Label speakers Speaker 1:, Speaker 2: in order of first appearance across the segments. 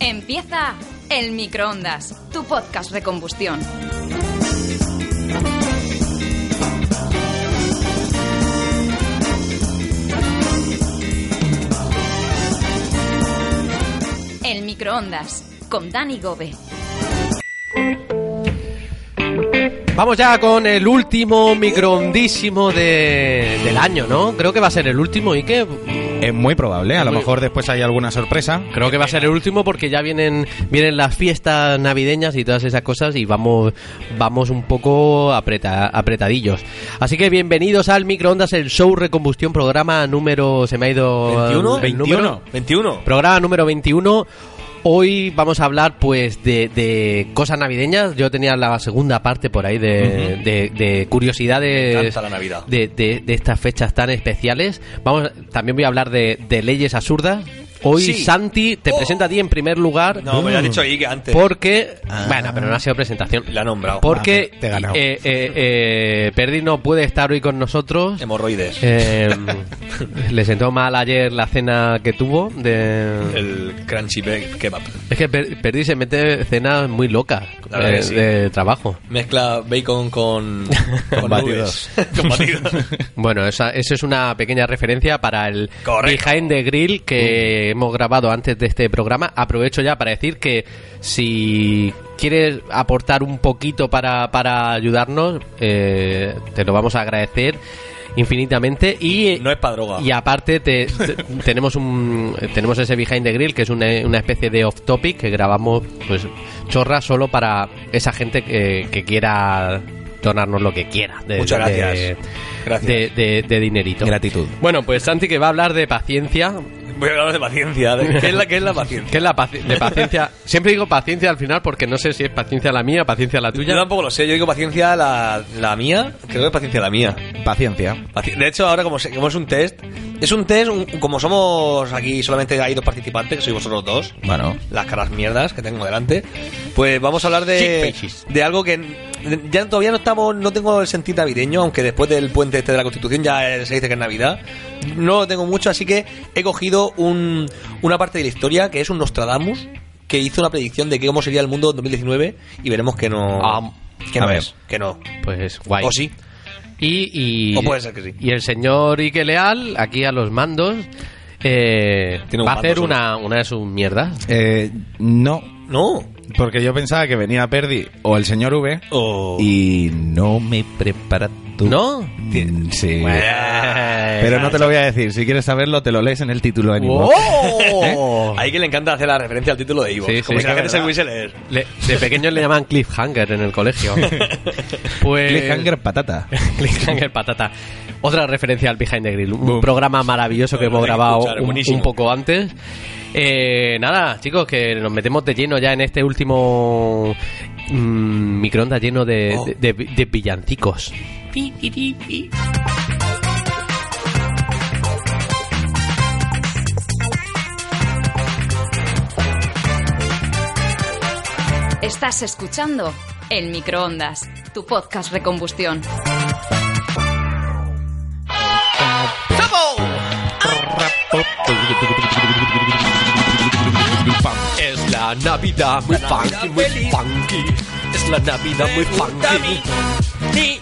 Speaker 1: Empieza El Microondas, tu podcast de combustión. El Microondas, con Dani Gobe.
Speaker 2: Vamos ya con el último microondísimo de- del año, ¿no? Creo que va a ser el último y que
Speaker 3: Es muy probable, a lo
Speaker 2: Muy-
Speaker 3: mejor después hay alguna sorpresa.
Speaker 2: creo que va a ser el último porque ya vienen vienen las fiestas navideñas y todas esas cosas y vamos vamos un poco apreta- apretadillos. Así que bienvenidos al microondas, el show recombustión programa número se me ha ido el
Speaker 4: ¿21?
Speaker 2: número.
Speaker 4: 21.
Speaker 2: Programa número 21. Hoy vamos a hablar pues de, de cosas navideñas. Yo tenía la segunda parte por ahí de, de- de curiosidades.
Speaker 4: Me encanta la Navidad.
Speaker 2: Eh, De, de- de estas fechas tan especiales. Vamos, también voy a hablar de, de leyes absurdas. Hoy
Speaker 4: Sí.
Speaker 2: Santi te
Speaker 4: Oh.
Speaker 2: presenta a ti en primer lugar.
Speaker 4: No, Ah. me lo ha dicho ahí que antes.
Speaker 2: Porque. Bueno, pero no ha sido presentación.
Speaker 4: La ha nombrado.
Speaker 2: Porque.
Speaker 3: Ah, te he ganado.
Speaker 2: eh, eh, eh, Perdi no puede estar hoy con nosotros.
Speaker 4: Hemorroides.
Speaker 2: Eh, le sentó mal ayer la cena que tuvo de...
Speaker 4: El crunchy Bake kebab.
Speaker 2: Es que per- Perdi se mete cenas muy locas
Speaker 4: La verdad
Speaker 2: eh,
Speaker 4: que sí.
Speaker 2: de trabajo.
Speaker 4: Mezcla bacon con...
Speaker 3: Con
Speaker 4: nubes. con batidos.
Speaker 2: Bueno, esa, eso es una pequeña referencia para el
Speaker 4: Correcto. Mm.
Speaker 2: Behind the Grill que hemos grabado antes de este programa. Aprovecho ya para decir que si quieres aportar un poquito para, para ayudarnos, eh, te lo vamos a agradecer infinitamente y
Speaker 4: No es pa' droga.
Speaker 2: y aparte te- te- tenemos un tenemos ese behind the grill que es una, una especie de off topic que grabamos pues chorra solo para esa gente que, que quiera donarnos lo que quiera de-
Speaker 4: Muchas
Speaker 2: de-
Speaker 4: gracias. Gracias.
Speaker 2: de, de- de dinerito.
Speaker 3: Gratitud.
Speaker 2: Bueno, pues Santi que va a hablar de paciencia.
Speaker 4: Voy a hablar de paciencia. de- ¿Qué es la, qué es la paciencia?
Speaker 2: ¿Qué es la paci- de paciencia? Siempre digo paciencia al final porque no sé si es paciencia la mía, paciencia la
Speaker 4: Yo
Speaker 2: tuya.
Speaker 4: tampoco lo sé. Yo digo paciencia la, la mía. Creo que es paciencia la mía.
Speaker 3: Paciencia.
Speaker 4: Paci- De hecho, ahora como, se- como es un test... Es un test, un- como somos aquí, solamente hay dos participantes, que sois vosotros dos.
Speaker 3: Bueno,
Speaker 4: las caras mierdas que tengo delante, pues vamos a hablar de,
Speaker 2: Chickpages.
Speaker 4: de algo que n- ya todavía no estamos, no tengo el sentido navideño, aunque después del puente este de la Constitución ya eh, se dice que es Navidad. No lo tengo mucho, así que he cogido un- una parte de la historia que es un Nostradamus que hizo una predicción de que cómo sería el mundo en 2019 y veremos que no,
Speaker 2: Ah,
Speaker 4: que
Speaker 3: a
Speaker 4: no
Speaker 3: ver.
Speaker 4: es, que no.
Speaker 2: Pues guay.
Speaker 4: O sí.
Speaker 2: Y, y-
Speaker 4: O puede ser que sí.
Speaker 2: Y el señor Ike Leal, aquí a los mandos, eh,
Speaker 4: Tiene un
Speaker 2: va a
Speaker 4: mando
Speaker 2: hacer
Speaker 4: solo.
Speaker 2: una, una de sus mierdas.
Speaker 3: eh, no,
Speaker 4: No.
Speaker 3: porque yo pensaba que venía Perdi o el señor V
Speaker 4: O-
Speaker 3: y no me he preparado.
Speaker 2: ¿No?
Speaker 3: Mm, Sí.
Speaker 2: Pero
Speaker 4: Eh,
Speaker 3: Pero no te lo voy a decir. Si quieres saberlo, te lo lees en el título de mi blog.
Speaker 4: ¡Oh! Ahí que ¡Oh! le encanta hacer la referencia al título de Ivo.
Speaker 2: Sí, sí,
Speaker 4: como si la
Speaker 2: es
Speaker 4: gente se
Speaker 2: verdad.
Speaker 4: pudiese leer.
Speaker 2: Le- de pequeño le llaman cliffhanger en el colegio. Pues,
Speaker 3: Cliffhanger patata.
Speaker 2: cliffhanger patata. Otra referencia al Behind the Grill. Un programa maravilloso que
Speaker 4: No,
Speaker 2: hemos
Speaker 4: lo tengo que
Speaker 2: grabado
Speaker 4: escuchar,
Speaker 2: un,
Speaker 4: buenísimo.
Speaker 2: un poco antes. Eh, nada, chicos, que nos metemos de lleno ya en este último mm, microondas lleno de,
Speaker 4: Oh.
Speaker 2: de- de- de villancicos.
Speaker 1: Estás escuchando El Microondas, tu podcast de combustión.
Speaker 2: Es la Navidad muy funky, muy funky. Es la Navidad muy funky.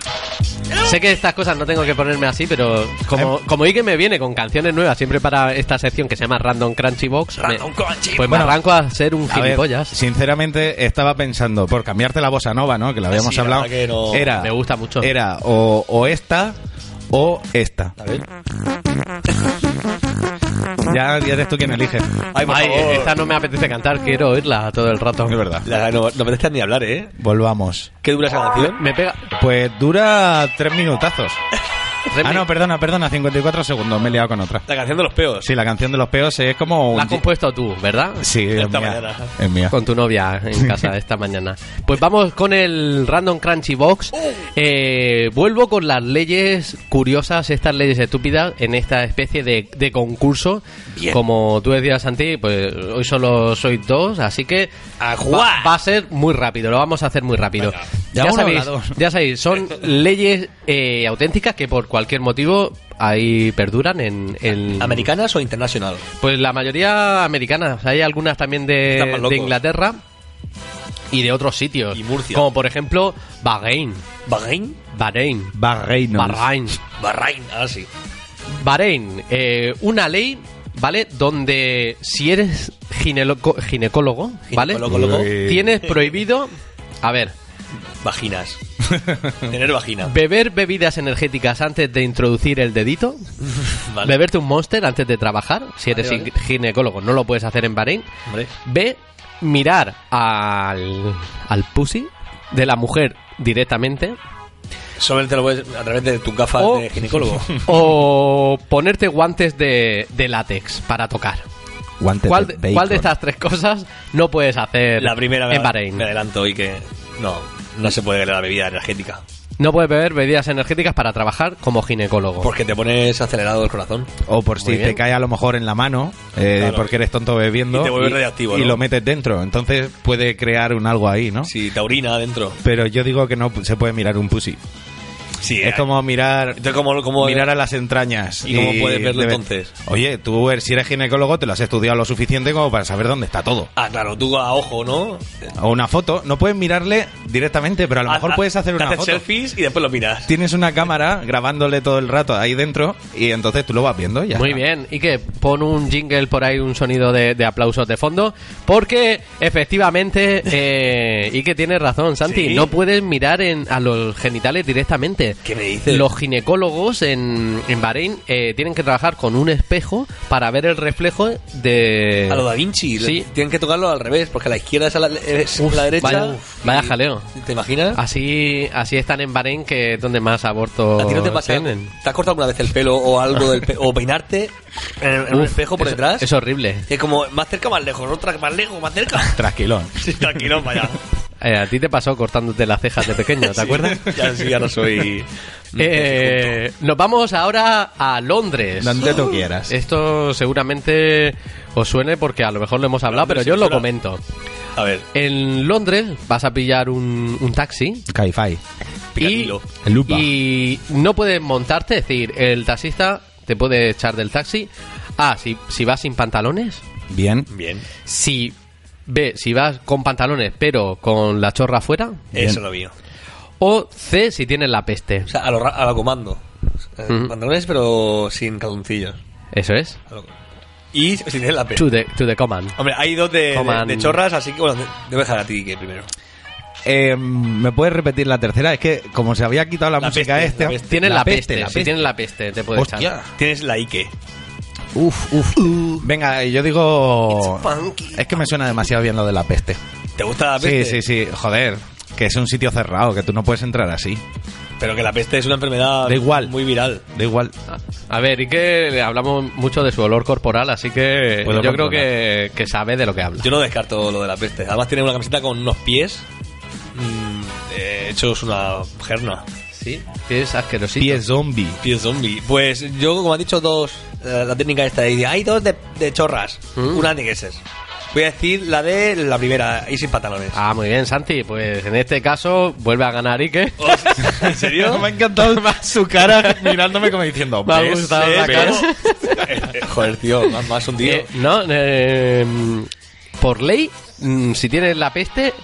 Speaker 2: Sé que estas cosas no tengo que ponerme así, pero como,
Speaker 3: Em.
Speaker 2: como Ike me viene con canciones nuevas siempre para esta sección que se llama Random Crunchy Box, me-
Speaker 4: Random Crunchy.
Speaker 2: pues
Speaker 3: Bueno,
Speaker 2: me arranco a ser un
Speaker 3: A ver,
Speaker 2: gilipollas.
Speaker 3: sinceramente estaba pensando, por cambiarte la bossa nova, ¿no? Que la habíamos
Speaker 4: Sí, la
Speaker 3: hablado.
Speaker 4: verdad que no-
Speaker 3: Era,
Speaker 2: Me gusta mucho.
Speaker 3: Era o, o esta o esta.
Speaker 4: A ver.
Speaker 3: Ya, ya eres tú quien elige.
Speaker 4: Pues, Ay, por
Speaker 2: Ay,
Speaker 4: favor.
Speaker 2: esta no me apetece cantar, quiero oírla todo el rato.
Speaker 3: Es verdad.
Speaker 4: La- no, no me dejas ni hablar, ¿eh?
Speaker 3: Volvamos.
Speaker 2: Ah.
Speaker 4: ¿Qué dura esa canción?
Speaker 2: Me pega.
Speaker 3: Pues dura tres minutazos. Ah, no, perdona, perdona, 54 segundos, me he liado con otra.
Speaker 4: La canción de los peos.
Speaker 3: Sí, la canción de los peos es como un...
Speaker 2: La has compuesto tú, ¿verdad?
Speaker 3: Sí, es
Speaker 4: Esta
Speaker 3: mía.
Speaker 4: mañana.
Speaker 3: Es mía.
Speaker 2: Con tu novia en casa esta mañana. Pues vamos con el Random Crunchy Box.
Speaker 4: Oh.
Speaker 2: Eh, vuelvo con las leyes curiosas, estas leyes estúpidas, en esta especie de, de concurso.
Speaker 4: Bien.
Speaker 2: Como tú decías, Santi, pues hoy solo sois dos, así que
Speaker 4: A
Speaker 2: va-
Speaker 4: jugar.
Speaker 2: Va, a ser muy rápido, lo vamos a hacer muy rápido.
Speaker 4: Venga.
Speaker 2: Ya
Speaker 3: Ya uno
Speaker 2: sabéis,
Speaker 3: habla dos.
Speaker 2: ya sabéis, son leyes eh, auténticas que por cualquier motivo ahí perduran en... en
Speaker 4: ¿Americanas o internacional?
Speaker 2: pues la mayoría americanas. O sea, hay algunas también de,
Speaker 4: Están más locos.
Speaker 2: de Inglaterra y de otros sitios.
Speaker 4: Y Murcia.
Speaker 2: Como por ejemplo Bahrein.
Speaker 4: ¿Bahrein?
Speaker 2: Bahrein.
Speaker 3: Barreinos.
Speaker 2: Bahrein.
Speaker 4: Bahrein, ah, sí.
Speaker 2: Bahrein. Eh, una ley, ¿vale? Donde si eres gineloco- ginecólogo, ¿vale?
Speaker 4: Ginecólogo.
Speaker 3: Uy.
Speaker 2: Tienes prohibido. A ver,
Speaker 4: Vaginas. Tener vagina.
Speaker 2: beber bebidas energéticas antes de introducir el dedito.
Speaker 4: Vale.
Speaker 2: Beberte un monster antes de trabajar. Si eres
Speaker 4: Vale, vale.
Speaker 2: ginecólogo, no lo puedes hacer en Bahrein.
Speaker 4: Hombre.
Speaker 2: B, mirar al, al pussy de la mujer directamente.
Speaker 4: Solamente lo puedes a través de tus gafas
Speaker 2: O-
Speaker 4: de ginecólogo.
Speaker 2: O ponerte guantes de, de látex para tocar.
Speaker 3: Guantes
Speaker 2: ¿Cuál
Speaker 3: de
Speaker 2: de, cuál de
Speaker 3: bacon.
Speaker 2: estas tres cosas no puedes hacer
Speaker 4: La primera me,
Speaker 2: en Bahrein?
Speaker 4: me adelanto y que no, no se puede ver la bebida energética.
Speaker 2: No puedes beber bebidas energéticas para trabajar como ginecólogo.
Speaker 4: Porque te pones acelerado el corazón.
Speaker 3: O por
Speaker 2: Muy
Speaker 3: si
Speaker 2: bien.
Speaker 3: te cae a lo mejor en la mano, eh,
Speaker 4: Claro.
Speaker 3: porque eres tonto bebiendo.
Speaker 4: Y te vuelves radiactivo,
Speaker 3: y
Speaker 4: ¿no?
Speaker 3: lo metes dentro. Entonces puede crear un algo ahí, ¿no?
Speaker 4: Si taurina adentro.
Speaker 3: Pero yo digo que no se puede mirar un pussy.
Speaker 4: Sí, eh.
Speaker 3: Es como mirar.
Speaker 4: Entonces, ¿cómo- cómo-
Speaker 3: mirar a las entrañas.
Speaker 4: ¿Y cómo puedes verlo
Speaker 3: debe-
Speaker 4: entonces?
Speaker 3: Oye, tú er- si eres ginecólogo te lo has estudiado lo suficiente como para saber dónde está todo.
Speaker 4: Ah, claro, tú a ojo, ¿no?
Speaker 3: O una foto, no puedes mirarle directamente, pero a lo mejor
Speaker 4: Ah, ah,
Speaker 3: puedes hacer
Speaker 4: te
Speaker 3: una
Speaker 4: haces
Speaker 3: foto.
Speaker 4: selfies y después lo miras.
Speaker 3: Tienes una cámara grabándole todo el rato ahí dentro y entonces tú lo vas viendo y ya.
Speaker 2: Muy
Speaker 3: está.
Speaker 2: bien, y que pon un jingle por ahí, un sonido de, de aplausos de fondo, porque efectivamente, eh, y que tienes razón, Santi,
Speaker 4: Sí.
Speaker 2: no puedes mirar en, a los genitales directamente.
Speaker 4: ¿Qué me dices?
Speaker 2: Los ginecólogos en, en Bahrein eh, tienen que trabajar con un espejo para ver el reflejo de...
Speaker 4: A lo Da Vinci.
Speaker 2: Sí.
Speaker 4: Tienen que tocarlo al revés, porque la izquierda es a la, eh, es
Speaker 2: Uf,
Speaker 4: la derecha.
Speaker 2: vaya- vaya jaleo. Ah,
Speaker 4: ¿Te imaginas?
Speaker 2: Así, así están en Bahrein, que es donde más abortos
Speaker 4: ¿A ti no te pasa?
Speaker 2: tienen.
Speaker 4: ¿Te has cortado alguna vez el pelo o algo del pe- o peinarte en, en un
Speaker 2: Uf,
Speaker 4: espejo por
Speaker 2: es-
Speaker 4: detrás?
Speaker 2: Es horrible.
Speaker 4: Es como más cerca, más lejos, otra más lejos, más cerca.
Speaker 3: Tranquilo.
Speaker 4: Sí, tranquilo, vaya.
Speaker 2: Eh, a ti te pasó cortándote las cejas de pequeño, ¿te acuerdas?
Speaker 4: Ya sí, ya no soy.
Speaker 2: Eh, nos vamos ahora a Londres.
Speaker 3: Donde
Speaker 4: Uh,
Speaker 3: tú quieras.
Speaker 2: Esto seguramente os suene porque a lo mejor lo hemos hablado, pero
Speaker 4: Londres
Speaker 2: yo os lo
Speaker 4: suena.
Speaker 2: comento.
Speaker 4: A ver,
Speaker 2: En Londres vas a pillar un, un taxi
Speaker 3: Caifai.
Speaker 2: y,
Speaker 4: Picadillo.
Speaker 3: El Lupa.
Speaker 2: y no puedes montarte, es decir, el taxista te puede echar del taxi. Ah, si, si vas sin pantalones,
Speaker 3: Bien.
Speaker 4: bien.
Speaker 2: si B, si vas con pantalones pero con la chorra afuera,
Speaker 4: Eso
Speaker 3: Bien.
Speaker 4: lo mío.
Speaker 2: o C, si tienes la peste.
Speaker 4: O sea, a lo, ra- a lo comando. Eh,
Speaker 2: Ujú.
Speaker 4: Pantalones, pero sin calzoncillos.
Speaker 2: Eso es.
Speaker 4: A lo- Y si tienes la pe.
Speaker 2: To the, to the command.
Speaker 4: Hombre, hay dos de, de,
Speaker 2: Coman.
Speaker 4: de chorras, así que bueno, de- debo dejar a ti que primero.
Speaker 3: Eh, ¿Me puedes repetir la tercera? Es que como se había quitado la,
Speaker 4: La
Speaker 3: música
Speaker 4: peste,
Speaker 3: este...
Speaker 4: la peste.
Speaker 2: Tienes la, peste,
Speaker 3: la
Speaker 2: si
Speaker 3: peste.
Speaker 2: tienes la peste, te puedes
Speaker 3: Hostia.
Speaker 2: echar.
Speaker 4: Tienes la Ike.
Speaker 3: Uf, uf. Venga, yo digo...
Speaker 4: It's funky.
Speaker 3: Es que me suena demasiado bien lo de la peste.
Speaker 4: ¿Te gusta la
Speaker 3: Sí,
Speaker 4: peste?
Speaker 3: sí, sí. Joder. Que es un sitio cerrado, que tú no puedes entrar así.
Speaker 4: Pero que la peste es una enfermedad
Speaker 3: Da igual.
Speaker 4: muy viral.
Speaker 3: Da igual.
Speaker 2: A ver, y que hablamos mucho de su olor corporal, así que
Speaker 3: Puedo
Speaker 2: yo creo
Speaker 3: controlar.
Speaker 2: que, que sabe de lo que habla.
Speaker 4: Yo no descarto lo de la peste. Además tiene una camiseta con unos pies mm, eh, hechos una gerna.
Speaker 2: Sí, es asquerosito.
Speaker 3: Pie zombie.
Speaker 4: Pies zombie. Pues yo, como han dicho dos, eh, la técnica esta de hay dos de, de chorras,
Speaker 2: Mm.
Speaker 4: una de queses. Voy a decir la de la primera, y sin pantalones.
Speaker 2: Ah, muy bien, Santi. Pues en este caso vuelve a ganar Ike.
Speaker 4: ¿En serio?
Speaker 3: Me ha encantado su cara mirándome como diciendo...
Speaker 2: Me ha
Speaker 3: "Ves,
Speaker 2: gustado
Speaker 3: eh,
Speaker 2: la
Speaker 3: ves".
Speaker 2: cara.
Speaker 4: Joder, tío, más, más un tío.
Speaker 2: Eh, no, eh, mm, por ley, mm, si tienes la peste,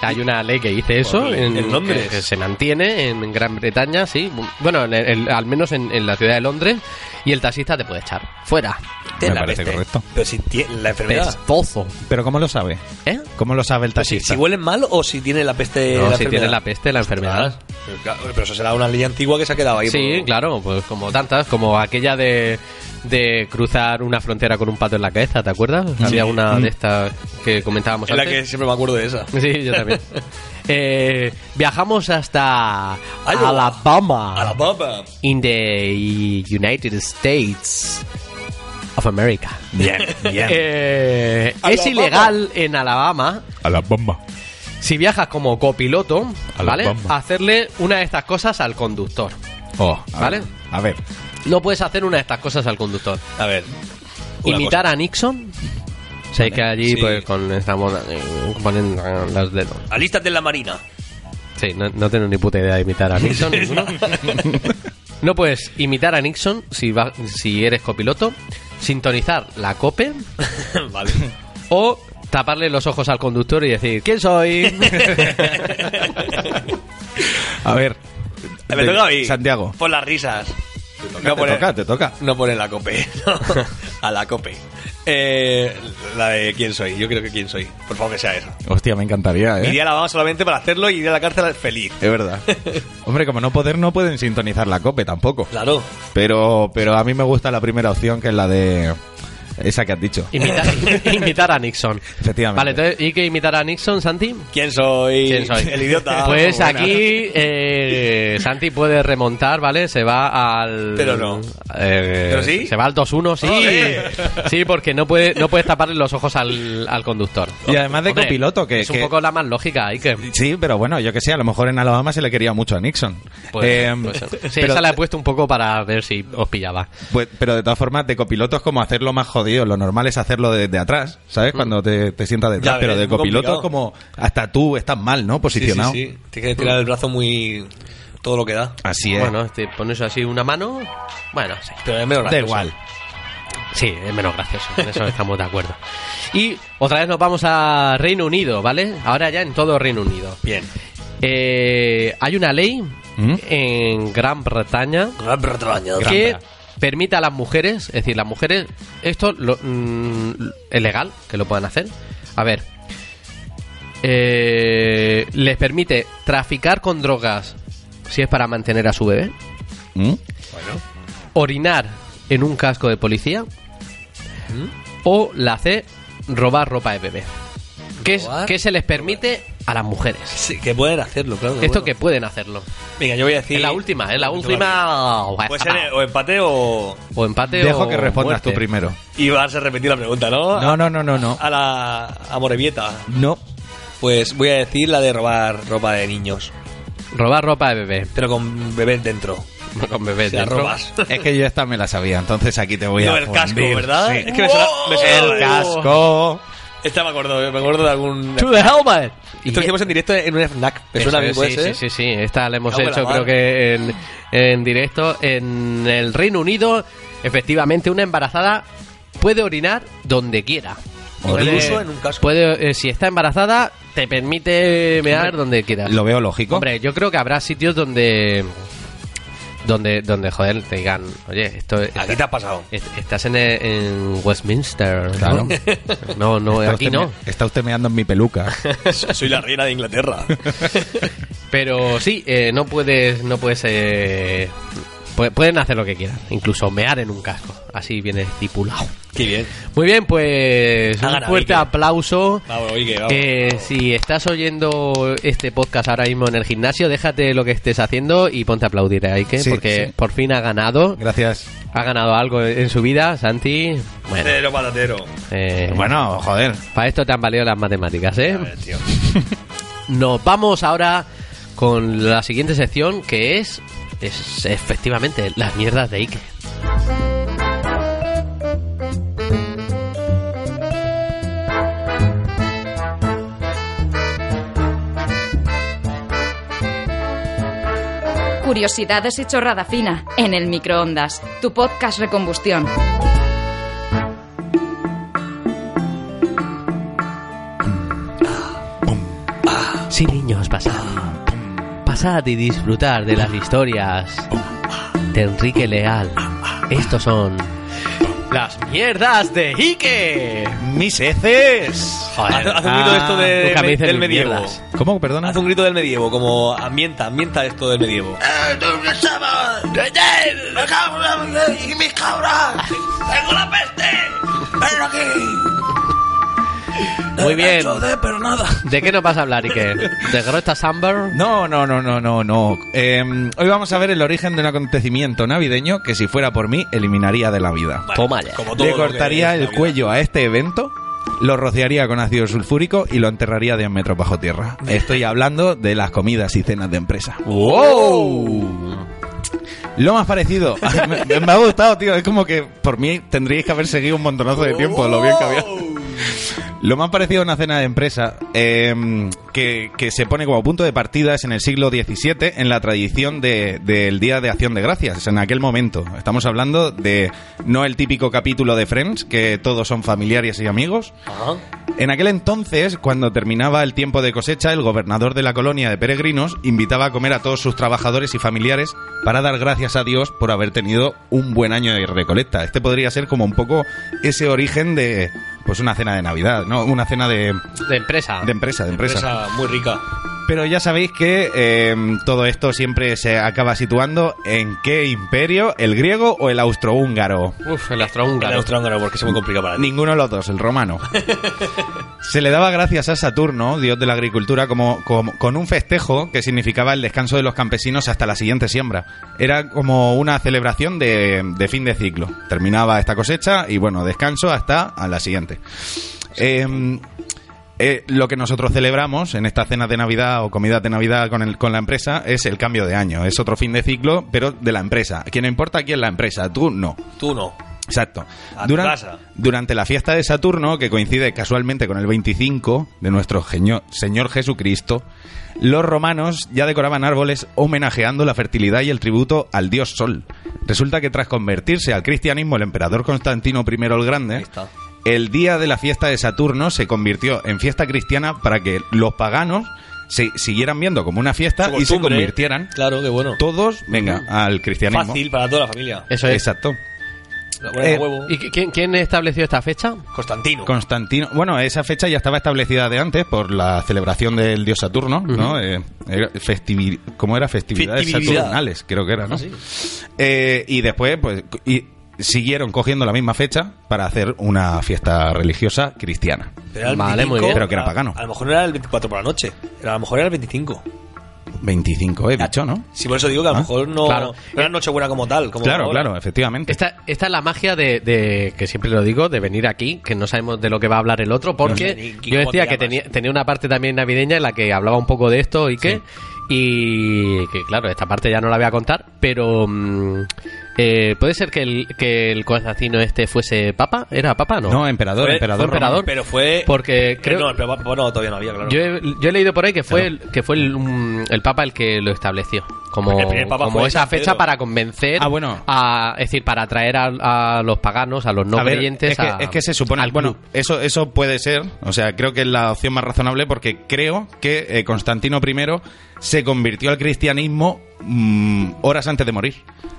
Speaker 2: hay una ley que dice eso.
Speaker 4: ley. En Londres.
Speaker 2: Que, que se mantiene en Gran Bretaña, sí. Bueno, en el- al menos en, en la ciudad de Londres. Y el taxista te puede echar. Fuera.
Speaker 4: Tiene
Speaker 3: Me
Speaker 4: la
Speaker 3: parece
Speaker 4: peste.
Speaker 3: correcto.
Speaker 4: Pero si tiene la enfermedad.
Speaker 2: Pestozo.
Speaker 3: Pero ¿cómo lo sabe?
Speaker 2: ¿Eh?
Speaker 3: ¿Cómo lo sabe el
Speaker 4: Pero si,
Speaker 3: taxista?
Speaker 4: Pues si huelen mal o si tiene la peste.
Speaker 2: No,
Speaker 4: Eh, la
Speaker 2: si
Speaker 4: enfermedad.
Speaker 2: tienes la peste, la enfermedad.
Speaker 4: Ah, Pero, claro, pero eso será una ley antigua que se ha quedado ahí.
Speaker 2: Sí,
Speaker 4: por-
Speaker 2: claro, pues como tantas, como aquella de de cruzar una frontera con un pato en la cabeza, ¿te acuerdas? Había una de estas que comentábamos
Speaker 4: Es Mm. la que
Speaker 2: antes.
Speaker 4: siempre me acuerdo de esa.
Speaker 2: Sí, yo también. Eh, viajamos hasta
Speaker 4: Iowa.
Speaker 2: Alabama,
Speaker 4: A la papa.
Speaker 2: in the United States of America.
Speaker 3: Bien, bien.
Speaker 2: Eh, es
Speaker 4: Alabama.
Speaker 2: ilegal en Alabama
Speaker 3: A la bomba.
Speaker 2: si viajas como copiloto, ¿vale?
Speaker 3: Alabama.
Speaker 2: Hacerle una de estas cosas al conductor.
Speaker 3: Oh, a
Speaker 2: ¿Vale?
Speaker 3: ver, A ver.
Speaker 2: No puedes hacer una de estas cosas al conductor.
Speaker 4: A ver. una
Speaker 2: Imitar a Nixon. O sea, hay que allí,
Speaker 4: Sí.
Speaker 2: pues, con esta mona, eh, ponen eh, los dedos.
Speaker 4: cosa. Alístate en la marina.
Speaker 2: Sí, no, no tengo ni puta idea de imitar a Nixon. ninguno. no puedes imitar a Nixon si, va- si eres copiloto, sintonizar la cope
Speaker 4: vale.
Speaker 2: o taparle los ojos al conductor y decir, ¿quién soy?
Speaker 3: A ver.
Speaker 4: Eh, Me toca a mí.
Speaker 3: Santiago.
Speaker 4: Por las risas.
Speaker 3: Te toca, te toca.
Speaker 4: No pone la cope. no. a la cope. Eh, la de quién soy. Yo creo que quién soy. Por favor, que sea eso.
Speaker 3: Hostia, me encantaría,
Speaker 4: Iría
Speaker 3: ¿eh?
Speaker 4: a la Alabama solamente para hacerlo y iría a la cárcel feliz.
Speaker 3: Es verdad. Hombre, como no poder, no pueden sintonizar la cope tampoco.
Speaker 4: Claro.
Speaker 3: Pero, pero a mí me gusta la primera opción, que es la de... Esa que has dicho.
Speaker 2: imitar, imitar a Nixon.
Speaker 3: Efectivamente.
Speaker 2: Vale, entonces, ¿y qué imitar a Nixon, Santi?
Speaker 4: ¿Quién soy?
Speaker 2: ¿Quién soy?
Speaker 4: El idiota.
Speaker 2: Pues
Speaker 4: Buena.
Speaker 2: aquí eh, Santi puede remontar, ¿vale? Se va al.
Speaker 4: Pero no.
Speaker 2: eh,
Speaker 4: ¿Pero sí? Oh,
Speaker 2: Se va al 2-1, sí.
Speaker 4: ¡Ole!
Speaker 2: Sí, porque no, puede, no puedes taparle los ojos al, al conductor.
Speaker 3: Y además de
Speaker 2: Hombre,
Speaker 3: copiloto, que...
Speaker 2: Es
Speaker 3: que-
Speaker 2: un poco la más lógica, hay que.
Speaker 3: Sí, pero bueno, yo que sé, a lo mejor en Alabama se le quería mucho a Nixon.
Speaker 2: Pues,
Speaker 3: Eh,
Speaker 2: pues, sí,
Speaker 3: pero,
Speaker 2: esa la he puesto un poco para ver si os pillaba.
Speaker 3: pues- pero de todas formas, de copiloto es como hacerlo más jodido. Lo normal es hacerlo desde atrás, ¿sabes? Cuando te, te sientas detrás.
Speaker 4: Mm. Ya ves,
Speaker 3: pero de
Speaker 4: es muy
Speaker 3: copiloto es como hasta tú estás mal, ¿no?
Speaker 4: Sí, sí,
Speaker 3: Posicionado.
Speaker 4: sí. Tienes que tirar el brazo muy. todo lo que da.
Speaker 3: Así es.
Speaker 2: Bueno, te pones así una mano. Bueno, sí.
Speaker 4: Pero es menos
Speaker 3: da
Speaker 4: gracioso.
Speaker 3: igual.
Speaker 2: Sí, es menos gracioso, en eso estamos de acuerdo. Y otra vez nos vamos a Reino Unido, ¿vale? Ahora ya en todo Reino Unido.
Speaker 4: Bien.
Speaker 2: Eh, hay una ley
Speaker 3: ¿Mm?
Speaker 2: en Gran Bretaña
Speaker 4: Gran Bretaña.
Speaker 2: que permite a las mujeres, es decir, las mujeres, esto lo- mm, es legal que lo puedan hacer. A ver, eh, les permite traficar con drogas si es para mantener a su bebé,
Speaker 3: ¿Mm?
Speaker 2: orinar en un casco de policía o la C, robar ropa de bebé. Que, es,
Speaker 4: ¿Robar?
Speaker 2: que se les permite a las mujeres.
Speaker 4: Sí, que pueden hacerlo, claro.
Speaker 2: Esto que
Speaker 4: bueno.
Speaker 2: pueden hacerlo.
Speaker 4: Venga, yo voy a decir.
Speaker 2: Es la última, es la última.
Speaker 4: Puede ser eh, o empate o.
Speaker 2: O empate
Speaker 3: Dejo
Speaker 2: o
Speaker 3: que respondas
Speaker 2: muerte.
Speaker 3: tú primero.
Speaker 4: Y vas a repetir la pregunta, ¿no?
Speaker 3: No, no, no, no, no.
Speaker 4: A la. a Morevieta.
Speaker 3: No.
Speaker 4: Pues voy a decir la de robar ropa de niños.
Speaker 2: Robar ropa de bebé.
Speaker 4: Pero con bebés dentro.
Speaker 2: Con bebé
Speaker 4: O sea,
Speaker 2: dentro.
Speaker 4: robas.
Speaker 3: Es que yo esta me la sabía, entonces aquí te voy a
Speaker 4: No, el casco,
Speaker 3: fundir.
Speaker 4: ¿verdad?
Speaker 3: Sí.
Speaker 4: Es que me suena- me suena-
Speaker 3: El casco.
Speaker 4: Esta me acuerdo, me acuerdo de algún.
Speaker 2: To the helmet.
Speaker 4: Esto lo hicimos en directo en un FNAC. ¿Me
Speaker 2: Eso
Speaker 4: suena bien, pues, eh?
Speaker 2: es,
Speaker 4: puede
Speaker 2: sí, sí,
Speaker 4: ser?
Speaker 2: sí, sí. Esta la hemos
Speaker 4: Cago en la
Speaker 2: hecho,
Speaker 4: mar.
Speaker 2: creo que en, en directo en el Reino Unido. Efectivamente, una embarazada puede orinar donde quiera.
Speaker 4: Por el
Speaker 2: Puede-
Speaker 4: uso en un casco.
Speaker 2: Puede, eh, si está embarazada, te permite mear donde quieras.
Speaker 3: Lo veo lógico.
Speaker 2: Hombre, yo creo que habrá sitios donde. Donde, donde joder, te digan, oye, esto
Speaker 4: ¿A ti te has pasado?
Speaker 2: Est- Estás en, eh, en Westminster,
Speaker 3: Claro.
Speaker 2: ¿no? No, no,
Speaker 3: Está
Speaker 2: aquí
Speaker 3: usted
Speaker 2: no.
Speaker 3: me- Está usted meando en mi peluca.
Speaker 4: Soy la reina de Inglaterra.
Speaker 2: Pero sí, eh, no puedes, no puedes. eh, pu- pueden hacer lo que quieran, incluso mear en un casco. Así viene estipulado.
Speaker 4: Qué bien.
Speaker 2: Muy bien,
Speaker 3: Ah,
Speaker 2: pues
Speaker 4: Ha
Speaker 2: un
Speaker 4: ganado,
Speaker 2: fuerte
Speaker 4: Iker.
Speaker 2: aplauso.
Speaker 4: Vamos, Ike, vamos.
Speaker 2: Eh,
Speaker 4: vamos.
Speaker 2: Si estás oyendo este podcast ahora mismo en el gimnasio, déjate lo que estés haciendo y ponte a aplaudir a Ike,
Speaker 3: Sí,
Speaker 2: porque
Speaker 3: sí.
Speaker 2: por fin ha ganado.
Speaker 3: Gracias.
Speaker 2: Ha ganado algo en su vida, Santi. Bueno,
Speaker 4: Patatero, patatero.
Speaker 2: eh,
Speaker 3: Bueno, joder.
Speaker 2: Para esto te han valido las matemáticas, ¿eh?
Speaker 4: A ver, tío.
Speaker 2: Nos vamos ahora con la siguiente sección que es, es efectivamente las mierdas de Ike.
Speaker 1: Curiosidades y chorrada fina en el microondas, tu podcast recombustión.
Speaker 2: Sí, niños, pasad. Pasad y disfrutar de las historias de Enrique Leal. Estos son Las mierdas de Ike.
Speaker 3: ¡Mis heces!
Speaker 4: Haz,
Speaker 2: Joder. ah,
Speaker 4: haz un grito de esto de-
Speaker 2: nunca me
Speaker 4: me-
Speaker 2: dicen
Speaker 4: del
Speaker 2: mis
Speaker 4: medievo.
Speaker 2: mierdas.
Speaker 3: ¿Cómo? Perdona.
Speaker 4: Haz un grito del medievo, como ambienta, ambienta esto del medievo.
Speaker 5: ¡Y mis cabras! ¡Tengo la peste! ¡Ven aquí!
Speaker 2: Muy bien.
Speaker 5: Nacho, de, pero nada.
Speaker 2: ¿De qué nos vas a hablar, Ike? ¿De Grota Samber?
Speaker 3: No, no, no, no, no, no. Eh, hoy vamos a ver el origen de un acontecimiento navideño que si fuera por mí eliminaría de la vida.
Speaker 2: Toma ya.
Speaker 4: Como todo
Speaker 3: Le
Speaker 4: lo que
Speaker 3: cortaría
Speaker 4: es la
Speaker 3: el
Speaker 4: vida.
Speaker 3: cuello a este evento, lo rociaría con ácido sulfúrico y lo enterraría 10 metros bajo tierra. Estoy hablando de las comidas y cenas de empresa.
Speaker 2: ¡Wow!
Speaker 3: Lo más parecido, me, me ha gustado, tío, es como que por mí tendríais que haber seguido un montonazo de tiempo, lo bien que había. Lo más parecido a una cena de empresa eh, que, que se pone como punto de partida es en el siglo XVII, en la tradición de- del Día de Acción de Gracias, en aquel momento. Estamos hablando de no el típico capítulo de Friends, que todos son familiares y amigos.
Speaker 4: Ajá.
Speaker 3: En aquel entonces, cuando terminaba el tiempo de cosecha, el gobernador de la colonia de peregrinos invitaba a comer a todos sus trabajadores y familiares para dar gracias a Dios por haber tenido un buen año de recolecta. Este podría ser como un poco ese origen de pues una cena de Navidad, ¿no? Una cena de,
Speaker 2: De empresa.
Speaker 4: em-
Speaker 3: de empresa, de empresa.
Speaker 4: Empresa muy rica.
Speaker 3: Pero ya sabéis que eh, todo esto siempre se acaba situando en qué imperio, el griego o el austrohúngaro.
Speaker 2: Uf, el
Speaker 4: El
Speaker 2: astrohúngaro.
Speaker 4: austrohúngaro, porque es muy complicado para ti.
Speaker 3: Ninguno de los dos, el romano. Se le daba gracias a Saturno, dios de la agricultura, como, como- con un festejo que significaba el descanso de los campesinos hasta la siguiente siembra. Era como una celebración de, de fin de ciclo. Terminaba esta cosecha y bueno, descanso hasta a la siguiente. Eh, eh, lo que nosotros celebramos en estas cenas de Navidad o comidas de Navidad con, el- con la empresa es el cambio de año. Es otro fin de ciclo, pero de la empresa. Quien no importa aquí es la empresa, tú no.
Speaker 4: Tú no.
Speaker 3: Exacto.
Speaker 4: A tu
Speaker 3: Duran-
Speaker 4: casa.
Speaker 3: Durante la fiesta de Saturno, que coincide casualmente con el 25 de nuestro geño- Señor Jesucristo, los romanos ya decoraban árboles homenajeando la fertilidad y el tributo al dios Sol. Resulta que tras convertirse al cristianismo el emperador Constantino I el
Speaker 4: Ahí
Speaker 3: Grande,
Speaker 4: está.
Speaker 3: el día de la fiesta de Saturno se convirtió en fiesta cristiana para que los paganos se siguieran viendo como una fiesta
Speaker 4: Su
Speaker 3: y se
Speaker 4: costumbre, ¿eh?
Speaker 3: convirtieran
Speaker 4: Claro, qué bueno.
Speaker 3: todos, venga, al cristianismo.
Speaker 4: Fácil para toda la familia.
Speaker 2: Eso es.
Speaker 3: Exacto.
Speaker 4: La pones a
Speaker 3: Eh,
Speaker 4: huevo.
Speaker 2: ¿Y qui- quién, quién estableció esta fecha?
Speaker 4: Constantino.
Speaker 3: Constantino. Bueno, esa fecha ya estaba establecida de antes por la celebración del dios Saturno, ¿no? Eh, era festivi- ¿Cómo era? Festividades
Speaker 4: Festividad. Ah,
Speaker 3: saturnales, creo que era, ¿no? Eh, y después, pues, y siguieron cogiendo la misma fecha para hacer una fiesta religiosa cristiana.
Speaker 4: Pero era el
Speaker 2: Vale, muy
Speaker 4: 25,
Speaker 2: bien.
Speaker 3: Pero que era
Speaker 4: a-
Speaker 3: pagano.
Speaker 4: A, lo mejor no era el 24 por la noche. Era- A lo mejor era el 25.
Speaker 3: 25, he dicho, ¿no?
Speaker 4: Si por eso digo que a lo
Speaker 3: Ah,
Speaker 4: mejor no,
Speaker 2: claro.
Speaker 4: no era Nochebuena como tal. Como
Speaker 3: Claro,
Speaker 4: ahora.
Speaker 3: claro, efectivamente.
Speaker 2: Esta, esta es la magia de, de- que siempre lo digo, de venir aquí, que no sabemos de lo que va a hablar el otro, porque
Speaker 4: No sé ni cómo
Speaker 2: yo decía
Speaker 4: te
Speaker 2: que
Speaker 4: llamas.
Speaker 2: tenía, tenía una parte también navideña en la que hablaba un poco de esto y que, y que claro, esta parte ya no la voy a contar, pero mm, eh, puede ser que el, que el Constantino este fuese papa, ¿era papa? No,
Speaker 3: No, emperador,
Speaker 4: Fue-
Speaker 3: emperador.
Speaker 2: fue emperador.
Speaker 4: Pero fue. eh,
Speaker 2: porque creo...
Speaker 4: No, pero, pero no, todavía no había, claro.
Speaker 2: Yo he, yo he leído por ahí que fue el, que fue el, mm, el Papa el que lo estableció como,
Speaker 4: El primer Papa
Speaker 2: como
Speaker 4: fue
Speaker 2: esa
Speaker 4: San
Speaker 2: fecha
Speaker 4: Pedro.
Speaker 2: para convencer
Speaker 3: Ah, bueno.
Speaker 2: a es decir para atraer a, a los paganos a los no
Speaker 3: A ver,
Speaker 2: creyentes
Speaker 3: es que,
Speaker 2: a-
Speaker 3: es que se supone
Speaker 2: al
Speaker 3: bueno
Speaker 2: club.
Speaker 3: eso eso puede ser o sea creo que es la opción más razonable porque creo que eh, Constantino I se convirtió al cristianismo mm, horas antes de morir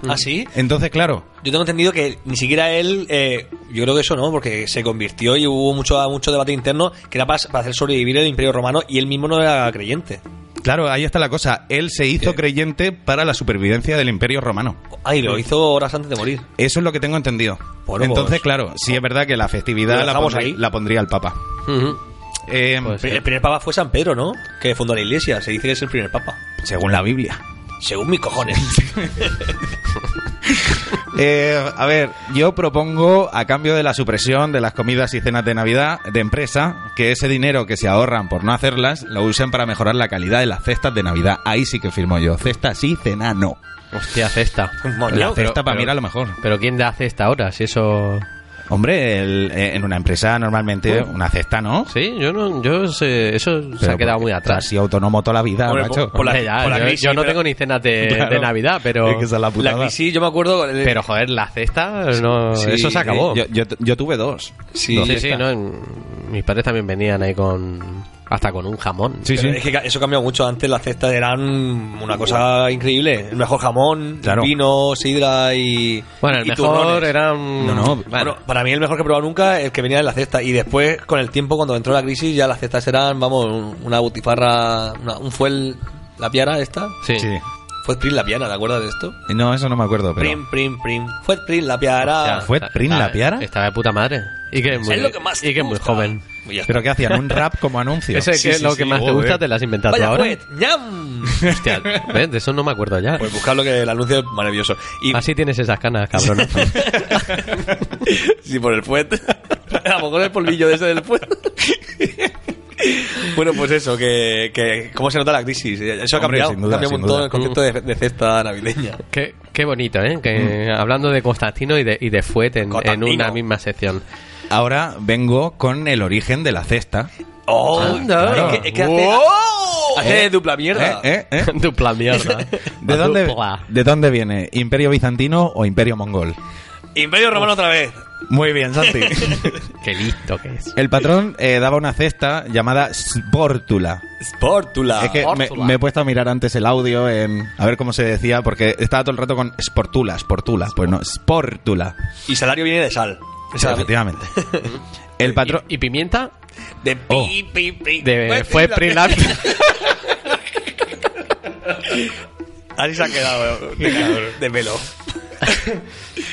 Speaker 4: ¿Ah, sí?
Speaker 3: entonces claro
Speaker 4: Yo tengo entendido que ni siquiera él, eh, yo creo que eso no, porque se convirtió y hubo mucho, mucho debate interno que era para, para hacer sobrevivir el Imperio Romano y él mismo no era creyente.
Speaker 3: claro ahí está la cosa él se hizo
Speaker 4: Sí.
Speaker 3: creyente para la supervivencia del Imperio Romano
Speaker 4: Ay, lo hizo horas antes de morir.
Speaker 3: eso es lo que tengo entendido
Speaker 4: Bueno,
Speaker 3: entonces
Speaker 4: pues-
Speaker 3: claro sí es verdad que la
Speaker 4: Lo
Speaker 3: festividad la
Speaker 4: dejamos
Speaker 3: pondría,
Speaker 4: ahí.
Speaker 3: la pondría el Papa
Speaker 2: Ujú.
Speaker 3: Eh,
Speaker 2: Pues- Sí.
Speaker 4: El primer papa fue San Pedro, ¿no? Que fundó la iglesia. Se dice que es el primer papa.
Speaker 3: según la Biblia
Speaker 4: Según mis cojones.
Speaker 3: Eh, a ver, yo propongo, a cambio de la supresión de las comidas y cenas de Navidad de empresa, que ese dinero que se ahorran por no hacerlas lo usen para mejorar la calidad de las cestas de Navidad. Ahí sí que firmo yo. Cesta sí, cena no.
Speaker 2: hostia cesta
Speaker 4: Moño.
Speaker 3: la cesta
Speaker 2: pero-
Speaker 3: para
Speaker 2: pero-
Speaker 3: mí era lo mejor.
Speaker 2: pero quién da cesta ahora si eso
Speaker 3: Hombre, el- eh, en una empresa normalmente una cesta, ¿no?
Speaker 2: sí yo no yo sé- eso se
Speaker 3: Pero
Speaker 2: ha quedado
Speaker 3: porque
Speaker 2: muy
Speaker 3: estás
Speaker 2: atrás
Speaker 3: así autónomo toda la vida,
Speaker 4: Hombre,
Speaker 3: macho.
Speaker 4: por la-
Speaker 2: Hombre, ya,
Speaker 4: por la
Speaker 2: yo,
Speaker 4: crisis,
Speaker 2: yo no
Speaker 4: pero-
Speaker 2: tengo ni cenas de,
Speaker 3: Claro.
Speaker 2: de navidad pero
Speaker 3: Es que esa es la putada.
Speaker 4: La crisis, yo me acuerdo. eh, el-
Speaker 2: pero joder la cesta no,
Speaker 4: Sí,
Speaker 2: eso se acabó
Speaker 3: Yo, yo- yo tuve dos.
Speaker 4: Sí,
Speaker 3: Dos
Speaker 2: Sí, sí,
Speaker 3: cestas.
Speaker 2: no, en- mis padres también venían ahí con, hasta con un jamón.
Speaker 3: Sí, sí.
Speaker 4: Pero Es que ca- eso cambió mucho. Antes las cestas eran una cosa increíble. El mejor jamón,
Speaker 3: Claro.
Speaker 4: vino, sidra y.
Speaker 2: Bueno, el
Speaker 4: y
Speaker 2: mejor
Speaker 4: turrones.
Speaker 2: era un...
Speaker 3: No, no,
Speaker 4: Bueno, para mí el mejor que he probado nunca es el que venía en la cesta. Y después, con el tiempo, cuando entró la crisis, ya las cestas eran, vamos, un- una butifarra. una- un fuel. La piara esta.
Speaker 2: sí.
Speaker 3: Sí.
Speaker 4: Fue Prim la piara, ¿te acuerdas de esto?
Speaker 3: No, eso no me acuerdo, pero.
Speaker 4: Prim, prim, prim. Fue Prim la
Speaker 2: O sea,
Speaker 4: piara.
Speaker 3: ¿fue
Speaker 2: Ah, está-
Speaker 3: Prim
Speaker 2: está-
Speaker 3: la piara?
Speaker 2: Estaba de puta madre. Y que es muy,
Speaker 4: Es lo que más
Speaker 2: y
Speaker 4: te
Speaker 2: que es muy
Speaker 4: gusta.
Speaker 2: joven.
Speaker 4: Y ya está.
Speaker 3: Pero que hacían un rap como anuncio.
Speaker 2: Ese
Speaker 4: Sí,
Speaker 2: que es
Speaker 4: sí,
Speaker 2: lo
Speaker 4: sí,
Speaker 2: que más te
Speaker 4: joder.
Speaker 2: gusta te lo has inventado tú
Speaker 4: Vaya
Speaker 2: ahora.
Speaker 4: fuet, ñam.
Speaker 2: Hostia, ¿ves? De eso no me acuerdo ya.
Speaker 4: Pues buscar lo que el anuncio es maravilloso. Y
Speaker 2: Así tienes esas canas, cabrón.
Speaker 4: Sí, por el fuet. A lo mejor el polvillo de ese del fuet. bueno, pues eso, que, que cómo se nota la crisis. Eso ha
Speaker 3: Hombre,
Speaker 4: cambiado,
Speaker 3: sin duda,
Speaker 4: cambia
Speaker 3: sin
Speaker 4: un montón
Speaker 3: duda.
Speaker 4: el concepto de, de cesta navideña.
Speaker 2: qué, qué bonito, ¿eh? Que, Hablando de Constantino y de, y de Fuet en, en
Speaker 4: Mm. Constantino.
Speaker 2: una misma sección.
Speaker 3: Ahora vengo con el origen de la cesta.
Speaker 4: ¡Oh!
Speaker 2: Anda.
Speaker 4: Es que, es que hace,
Speaker 2: ¡Wow!
Speaker 4: hace dupla mierda.
Speaker 3: ¿Eh? ¿Eh? ¿Eh?
Speaker 2: Dupla mierda.
Speaker 3: ¿De, dónde,
Speaker 2: Dupla.
Speaker 3: ¿De dónde viene? ¿Imperio bizantino o imperio mongol?
Speaker 4: Imperio Romano otra vez.
Speaker 3: Muy bien, Santi.
Speaker 2: Qué listo que es.
Speaker 3: el patrón eh, daba una cesta llamada Sportula.
Speaker 4: Sportula.
Speaker 3: Es que me,
Speaker 2: Sportula.
Speaker 3: me he puesto a mirar antes el audio en, a ver cómo se decía, porque estaba todo el rato con Sportula, Sportula. Pues no, Sportula.
Speaker 4: Y salario viene de sal. Exactamente.
Speaker 3: Efectivamente. El patrón.
Speaker 2: ¿Y, y pimienta?
Speaker 4: De
Speaker 3: Oh.
Speaker 4: pi, pi, pi.
Speaker 2: De, fue
Speaker 4: Prim
Speaker 2: Prilap.
Speaker 4: Así se ha quedado de, de pelo.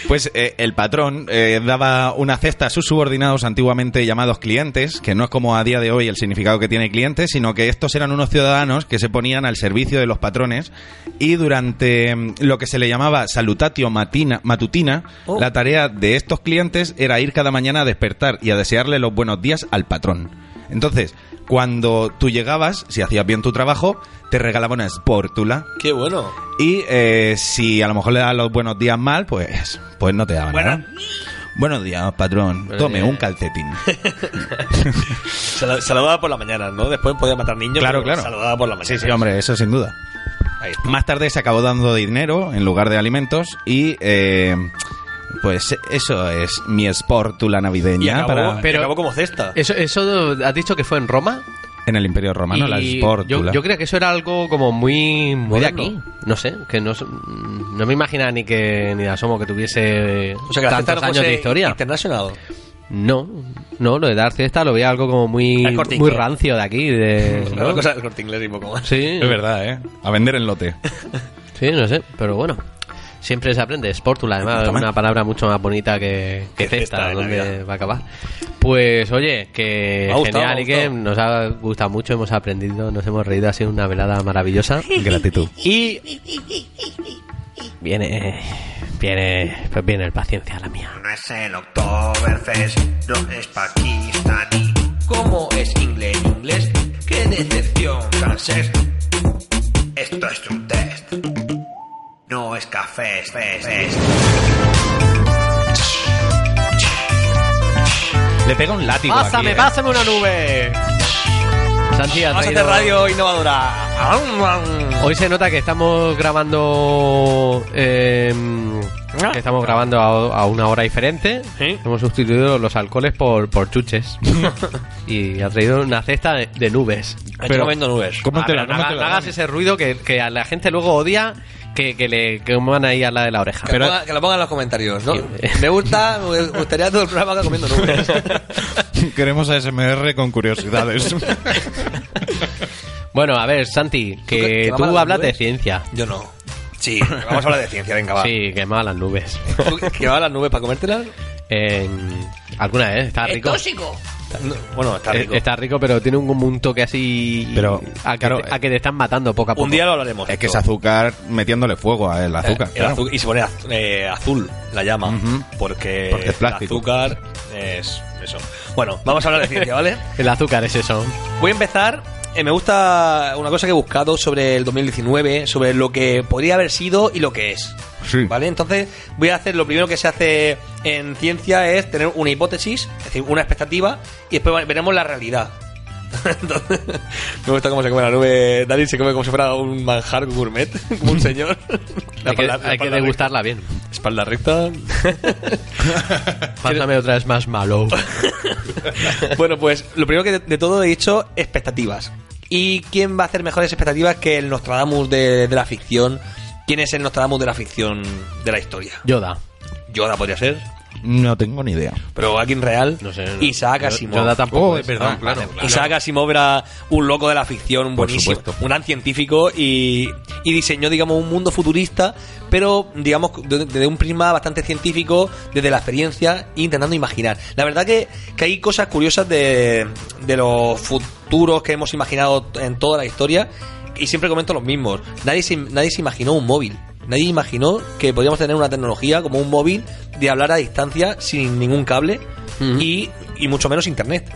Speaker 3: Pues eh, el patrón eh, daba una cesta a sus subordinados antiguamente llamados clientes, que no es como a día de hoy el significado que tiene clientes, sino que estos eran unos ciudadanos que se ponían al servicio de los patrones y durante mm, lo que se le llamaba salutatio matina, matutina,
Speaker 4: Oh.
Speaker 3: la tarea de estos clientes era ir cada mañana a despertar y a desearle los buenos días al patrón. Entonces, cuando tú llegabas, si hacías bien tu trabajo, te regalaban una sportula
Speaker 4: Qué bueno.
Speaker 3: y eh, si a lo mejor le daban los buenos días mal, pues, pues no te daban nada. Buenos días, patrón.
Speaker 2: Buenos
Speaker 3: Tome
Speaker 2: días.
Speaker 3: un calcetín.
Speaker 4: Se la, se la daba por la mañana, ¿no? Después podía matar niños.
Speaker 3: Claro,
Speaker 4: pero
Speaker 3: claro.
Speaker 4: Se la daba por la mañana.
Speaker 3: Sí, sí, hombre, eso sin duda.
Speaker 4: Ahí está.
Speaker 3: Más tarde se acabó dando dinero en lugar de alimentos y... eh, pues eso es mi esportula navideña
Speaker 4: Y acabó, eh.
Speaker 3: para-
Speaker 4: pero
Speaker 2: pero-
Speaker 4: acabó como cesta.
Speaker 2: Eso, eso has dicho que fue en Roma.
Speaker 3: en el Imperio Romano,
Speaker 2: Y
Speaker 3: la
Speaker 2: Yo,
Speaker 3: esportula.
Speaker 2: yo creo que eso era algo como muy, muy de
Speaker 4: Moderno.
Speaker 2: aquí. No sé, que no, no me imaginaba ni que ni de asomo que tuviese
Speaker 4: O sea, que la
Speaker 2: tantos
Speaker 4: cesta no
Speaker 2: años
Speaker 4: fuese
Speaker 2: de historia.
Speaker 4: Internacional.
Speaker 2: No, no, lo de dar cesta lo veía algo como muy,
Speaker 4: Al Corte
Speaker 2: muy
Speaker 4: Inglés.
Speaker 2: rancio de aquí. De,
Speaker 4: ¿no?
Speaker 2: ¿no?
Speaker 4: Cosa del corte inglés y poco más.
Speaker 2: Sí,
Speaker 3: Es verdad, ¿eh? A vender en lote.
Speaker 2: sí, no sé, pero bueno. Siempre se aprende, Sportula, además,
Speaker 3: Toma.
Speaker 2: una palabra mucho más bonita que, que
Speaker 4: Que cesta
Speaker 2: cesta,
Speaker 4: de
Speaker 2: donde
Speaker 4: Navidad.
Speaker 2: va a acabar. Pues oye, que
Speaker 4: Me ha gustado,
Speaker 2: genial
Speaker 4: me ha
Speaker 2: y que
Speaker 4: gustado.
Speaker 2: nos ha gustado mucho, hemos aprendido, nos hemos reído, ha sido una velada maravillosa.
Speaker 3: Gratitud.
Speaker 2: Y viene, viene, pues viene el paciencia la mía.
Speaker 6: No es el Oktoberfest, no es pakistaní. ¿Cómo es inglés, inglés? ¡Qué decepción, francés! Esto es un test. No es café, es fest, fest.
Speaker 3: Le pega un látigo aquí, ¿eh?
Speaker 2: pásame una nube. Santi, ha
Speaker 4: Vamos a hacer
Speaker 2: traído-
Speaker 4: radio innovadora. Am, am.
Speaker 2: Hoy se nota que estamos grabando. eh, que estamos grabando a, a una hora diferente.
Speaker 4: Sí.
Speaker 2: Hemos sustituido los alcoholes por, por chuches. y ha traído una cesta de, de nubes.
Speaker 4: Aquí comiendo nubes.
Speaker 3: ¿Cómo
Speaker 2: Ah,
Speaker 3: te la-
Speaker 2: pero no,
Speaker 3: cómo
Speaker 2: haga-
Speaker 3: te la
Speaker 2: no hagas
Speaker 3: dan?
Speaker 2: ese ruido que, que a la gente luego odia que, que le que coman ahí al lado de la oreja.
Speaker 4: Que, lo ponga- que lo pongan en los comentarios, ¿no? Me gusta, me gustaría todo el programa acá comiendo nubes.
Speaker 3: Queremos ASMR con curiosidades.
Speaker 2: Bueno, a ver, Santi,
Speaker 4: ¿Tú que-
Speaker 2: que
Speaker 4: que mamas
Speaker 2: tú
Speaker 4: las
Speaker 2: hablas de
Speaker 4: nubes?
Speaker 2: ciencia.
Speaker 4: Yo no. Sí, vamos a hablar de ciencia, venga, va.
Speaker 2: Sí, que malas las nubes.
Speaker 4: ¿Tú ¿Que va a las nubes para comértelas?
Speaker 2: Eh, ¿Alguna vez? ¿Está Ah, rico?
Speaker 4: No, bueno, está
Speaker 2: Eh,
Speaker 4: rico.
Speaker 2: Está rico, pero tiene un, un toque así.
Speaker 3: Pero,
Speaker 2: a que,
Speaker 3: claro,
Speaker 2: te, a que te están matando poco a poco.
Speaker 4: Un día lo hablaremos.
Speaker 3: es que es
Speaker 4: esto.
Speaker 3: azúcar metiéndole fuego al azúcar.
Speaker 4: Eh, El
Speaker 3: claro.
Speaker 4: azu- y se pone az- eh, azul la llama.
Speaker 3: Ujú.
Speaker 4: Porque,
Speaker 3: Porque es
Speaker 4: el
Speaker 3: plástico.
Speaker 4: azúcar es eso. Bueno, vamos a hablar de ciencia, ¿vale?
Speaker 2: El azúcar es eso.
Speaker 4: Voy a empezar. eh, me gusta una cosa que he buscado sobre el 2019, sobre lo que podría haber sido y lo que es.
Speaker 3: Sí.
Speaker 4: ¿Vale? Entonces, voy a hacer lo primero que se hace en ciencia es tener una hipótesis, es decir, una expectativa, y después va- veremos la realidad. Entonces, me gusta cómo se come la nube. Dalí se come como si fuera un manjar gourmet, como un señor. La
Speaker 2: Hay que,
Speaker 4: espalda- la
Speaker 2: hay que
Speaker 4: espalda
Speaker 2: degustarla bien.
Speaker 4: recta. Espalda recta.
Speaker 2: Pásame otra vez más malo.
Speaker 4: bueno, pues lo primero que de, de todo he dicho, expectativas. ¿Y quién va a hacer mejores expectativas que el Nostradamus de, de la ficción? ¿Quién es el Nostradamus de la ficción de la historia?
Speaker 2: Yoda.
Speaker 4: Yoda podría ser,
Speaker 3: No tengo ni idea.
Speaker 4: pero alguien real.
Speaker 2: No sé.
Speaker 4: Isaac
Speaker 2: Yo-
Speaker 4: Asimov.
Speaker 2: Yoda tampoco.
Speaker 3: Oh,
Speaker 2: es.
Speaker 3: perdón,
Speaker 2: Ah,
Speaker 3: claro,
Speaker 2: vale.
Speaker 3: claro.
Speaker 4: Isaac Asimov era un loco de la ficción, un
Speaker 3: Por
Speaker 4: buenísimo,
Speaker 3: supuesto.
Speaker 4: un gran científico y, y diseñó, digamos, un mundo futurista, pero, digamos, de- desde un prisma bastante científico, desde la experiencia, e intentando imaginar. La verdad que, que hay cosas curiosas de, de los futuros que hemos imaginado en toda la historia y siempre comento los mismos. Nadie se, nadie se imaginó un móvil. Nadie imaginó que podíamos tener una tecnología como un móvil de hablar a distancia sin ningún cable y, y mucho menos internet.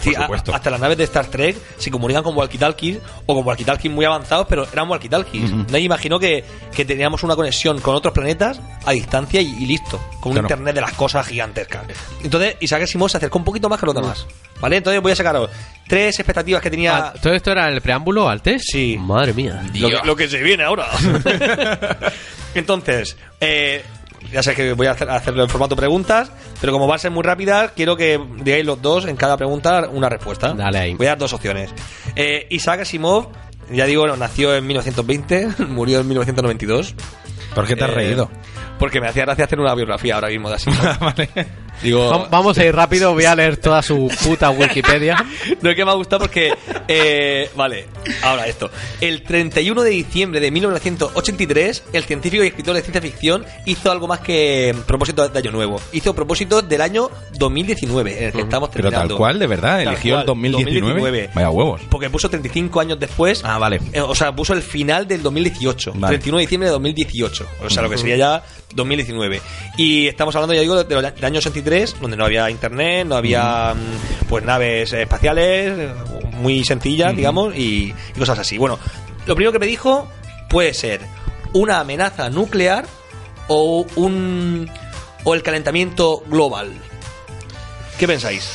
Speaker 4: Sí,
Speaker 3: Por
Speaker 4: a-
Speaker 3: supuesto.
Speaker 4: hasta las naves de Star Trek se comunican con walkie-talkies o con walkie-talkies muy avanzados, pero eran walkie-talkies. Nadie imaginó que, que teníamos una conexión con otros planetas a distancia y, y listo, con un
Speaker 3: Claro.
Speaker 4: internet de las cosas gigantescas. Entonces, Isaac Asimov se acercó un poquito más que los demás. ¿Vale? Entonces voy a sacaros tres expectativas que tenía...
Speaker 2: Ah, ¿Todo esto era el preámbulo al test?
Speaker 4: Sí.
Speaker 2: Madre mía.
Speaker 4: Lo que, lo que se viene ahora. Entonces, eh, ya sé que voy a hacer- hacerlo en formato preguntas, pero como va a ser muy rápida, quiero que digáis los dos en cada pregunta una respuesta.
Speaker 2: Dale ahí.
Speaker 4: Voy a dar dos opciones. Eh, Isaac Asimov, ya digo, nació en 1920, murió en 1992.
Speaker 3: ¿Por qué te has
Speaker 4: Eh,
Speaker 3: reído? Ah,
Speaker 4: Porque me hacía gracia hacer una biografía ahora mismo de Asimov.
Speaker 3: vale.
Speaker 4: digo,
Speaker 2: Vam- Vamos a ir rápido, voy a leer toda su puta Wikipedia.
Speaker 4: No es que me ha gustado porque. eh, vale, ahora esto. El 31 de diciembre de 1983, el científico y escritor de ciencia ficción hizo algo más que propósitos de Año Nuevo. Hizo propósitos del año 2019, en el que estamos
Speaker 3: Pero
Speaker 4: terminando.
Speaker 3: tal cual, de verdad,
Speaker 4: Tal
Speaker 3: eligió el
Speaker 4: cual,
Speaker 3: 2019.
Speaker 4: 2019.
Speaker 3: Vaya huevos.
Speaker 4: Porque puso 35 años después.
Speaker 3: Ah, vale.
Speaker 4: eh, o sea, puso el final del 2018.
Speaker 3: Vale.
Speaker 4: 31 de diciembre de 2018. O sea, lo que sería ya 2019. Y estamos hablando, ya digo, de- del año 83, donde no había internet, no había mm, pues naves espaciales, eh, muy sencillas, digamos, y, y cosas así. Bueno, lo primero que me dijo puede ser una amenaza nuclear o un o el calentamiento global. ¿Qué pensáis?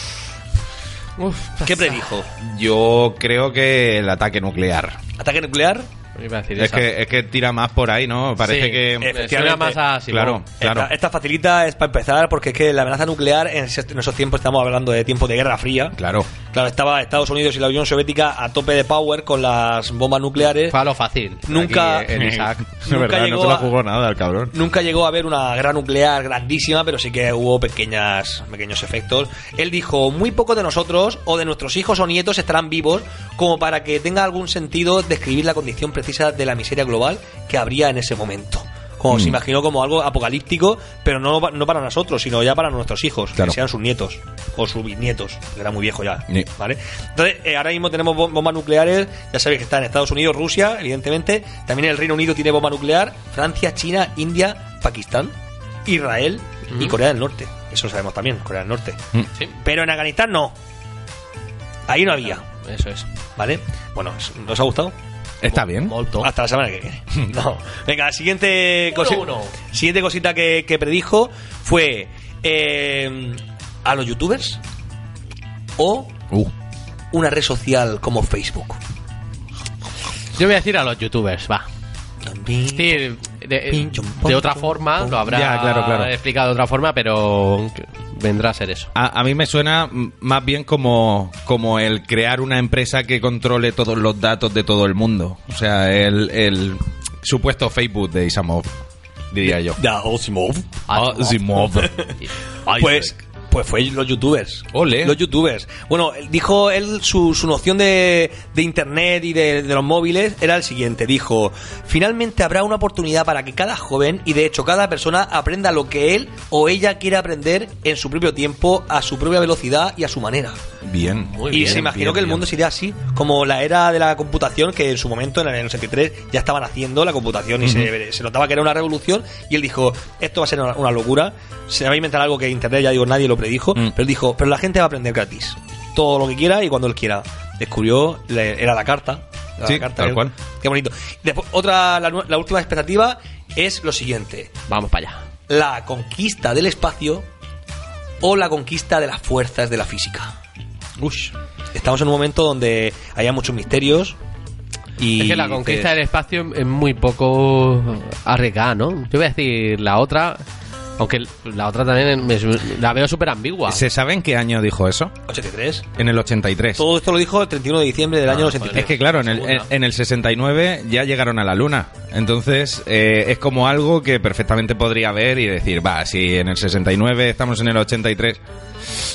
Speaker 4: ¿Qué predijo?
Speaker 3: Yo creo que el ataque nuclear.
Speaker 4: ¿Ataque nuclear?
Speaker 2: Iba a decir
Speaker 3: Es
Speaker 2: esa.
Speaker 3: que, es que tira más por ahí, ¿no? Parece
Speaker 2: Sí,
Speaker 3: que.
Speaker 2: me
Speaker 4: efectivamente.
Speaker 2: suena más a Simón.
Speaker 3: Claro.
Speaker 4: Esta, esta facilita es para empezar porque es que la amenaza nuclear en, ese- en esos tiempos estamos hablando de tiempos de Guerra Fría.
Speaker 3: Claro.
Speaker 4: Claro, estaba Estados Unidos y la Unión Soviética a tope de power con las bombas nucleares.
Speaker 2: Fue a lo fácil.
Speaker 4: Nunca-
Speaker 2: Aquí, eh, en Isaac.
Speaker 3: Es
Speaker 4: Nunca
Speaker 3: verdad,
Speaker 4: llegó
Speaker 3: no se la
Speaker 4: a-
Speaker 3: jugó nada el cabrón.
Speaker 4: Nunca llegó a haber una guerra nuclear grandísima, pero sí que hubo pequeñas, pequeños efectos. Él dijo, muy pocos de nosotros o de nuestros hijos o nietos estarán vivos como para que tenga algún sentido describir la condición precisa de la miseria global que habría en ese momento. Como
Speaker 3: Mm.
Speaker 4: se imaginó como algo apocalíptico, pero no, pa- no para nosotros, sino ya para nuestros hijos,
Speaker 3: Claro.
Speaker 4: que sean sus nietos o sus bisnietos, que era muy viejo ya.
Speaker 3: Sí.
Speaker 4: ¿vale? Entonces, eh, ahora mismo tenemos bom- bombas nucleares, ya sabéis que están en Estados Unidos, Rusia, evidentemente, también el Reino Unido tiene bomba nuclear, Francia, China, India, Pakistán, Israel y Corea del Norte. Eso lo sabemos también, Corea del Norte.
Speaker 2: Sí,
Speaker 4: Pero en Afganistán no. Ahí no había,
Speaker 2: eso es.
Speaker 4: ¿vale? Bueno, ¿nos ha gustado?
Speaker 3: Está bien.
Speaker 2: Molto.
Speaker 4: Hasta la semana que viene. No. Venga, siguiente,
Speaker 2: Uno,
Speaker 4: cosi-
Speaker 2: uno.
Speaker 4: siguiente cosita que, que predijo fue eh, a los youtubers o
Speaker 3: Uh.
Speaker 4: una red social como Facebook.
Speaker 2: Yo voy a decir a los youtubers, va. Es
Speaker 4: También.
Speaker 2: decir, de, eh, de otra forma, lo habrá
Speaker 3: Ya, claro, claro.
Speaker 2: explicado de otra forma, pero vendrá a ser eso.
Speaker 3: A, a mí me suena mm, más bien como, como el crear una empresa que controle todos los datos de todo el mundo. O sea, el, el supuesto Facebook de Isamov, diría yo. Ah,
Speaker 4: Ya, Osimov.
Speaker 3: Asimov.
Speaker 4: Pues, pues fue los youtubers.
Speaker 3: Ole.
Speaker 4: Los youtubers. Bueno, él- dijo él su, su noción de, de internet y de, de los móviles era el siguiente. Dijo, finalmente habrá una oportunidad para que cada joven y de hecho cada persona aprenda lo que él o ella quiera aprender en su propio tiempo, a su propia velocidad y a su manera
Speaker 3: Bien.
Speaker 2: Muy
Speaker 4: y
Speaker 2: bien,
Speaker 4: se imaginó que el
Speaker 3: bien.
Speaker 4: mundo sería así, como la era de la computación, que en su momento, en el 83, ya estaban haciendo la computación y se, se notaba que era una revolución. Y él dijo: Esto va a ser una, una locura, se va a inventar algo que Internet, ya digo, nadie lo predijo.
Speaker 3: Mm.
Speaker 4: Pero dijo: Pero la gente va a aprender gratis, todo lo que quiera y cuando él quiera. Descubrió, le- era la carta. era
Speaker 3: Sí,
Speaker 4: la carta,
Speaker 3: tal
Speaker 4: que-
Speaker 3: cual.
Speaker 4: Qué bonito. Después, otra, la nu- la última expectativa es lo siguiente:
Speaker 2: Vamos para allá.
Speaker 4: la conquista del espacio o la conquista de las fuerzas de la física. Ush. Estamos en un momento donde haya muchos misterios. Y
Speaker 2: es que la conquista del espacio es muy poco arriesgada, ¿no? Yo voy a decir la otra, aunque la otra también me- la veo súper ambigua.
Speaker 3: ¿Se sabe en qué año dijo eso?
Speaker 4: 83.
Speaker 3: En el 83.
Speaker 4: Todo esto lo dijo el 31 de diciembre del año 83.
Speaker 3: Ah, Es que claro, en el, en,
Speaker 4: Segunda.
Speaker 3: en el 69 ya llegaron a la luna. Entonces eh, es como algo que perfectamente podría ver y decir, va, si en el 69 estamos en el 83,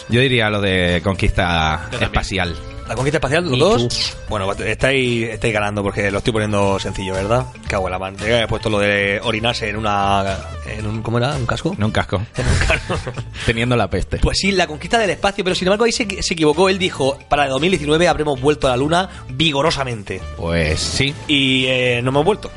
Speaker 3: yo diría lo de conquista espacial.
Speaker 4: La conquista espacial, los dos. Bueno, estáis, estáis ganando porque lo estoy poniendo sencillo, ¿verdad? Cago en la mano. He puesto lo de orinarse en una. En un, ¿Cómo era? ¿Un casco?
Speaker 3: No un casco.
Speaker 4: En un casco.
Speaker 3: Teniendo la peste.
Speaker 4: Pues sí, la conquista del espacio, pero sin embargo ahí se, se equivocó. Él dijo: para el 2019 habremos vuelto a la Luna vigorosamente.
Speaker 3: Pues sí.
Speaker 4: y eh, no hemos vuelto.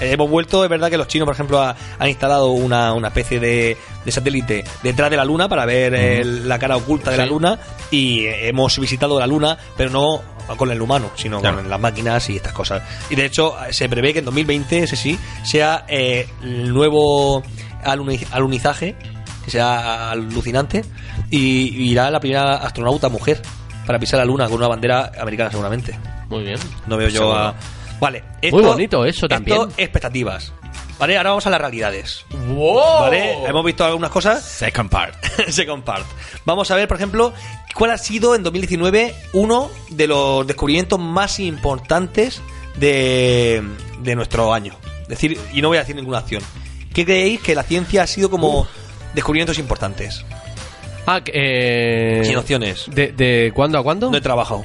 Speaker 4: Eh, hemos vuelto, es verdad que los chinos, por ejemplo, ha- han instalado una, una especie de, de satélite detrás de la Luna para ver eh, la cara oculta de la
Speaker 2: Sí.
Speaker 4: Luna y eh, hemos visitado la Luna, pero no con el humano, sino
Speaker 3: Claro.
Speaker 4: con las máquinas y estas cosas. Y de hecho, eh, se prevé que en 2020, ese sí, sea eh, el nuevo aluni- alunizaje, que sea alucinante, y, y irá la primera astronauta mujer para pisar la Luna con una bandera americana seguramente.
Speaker 2: Muy bien.
Speaker 4: No veo yo
Speaker 2: Seguro.
Speaker 4: a. Vale.
Speaker 2: bonito eso también.
Speaker 4: Esto, expectativas. Vale, ahora vamos a las realidades.
Speaker 2: ¡Wow!
Speaker 4: Vale, hemos visto algunas cosas.
Speaker 3: Second part.
Speaker 4: Second part. Vamos a ver, por ejemplo, cuál ha sido en 2019 uno de los descubrimientos más importantes de, de nuestro año. Es decir, y no voy a decir ninguna acción. ¿Qué creéis que la ciencia ha sido como descubrimientos importantes?
Speaker 2: Ah, que, eh,
Speaker 4: Sin opciones.
Speaker 2: ¿De, de cuándo a cuándo?
Speaker 4: No he trabajado.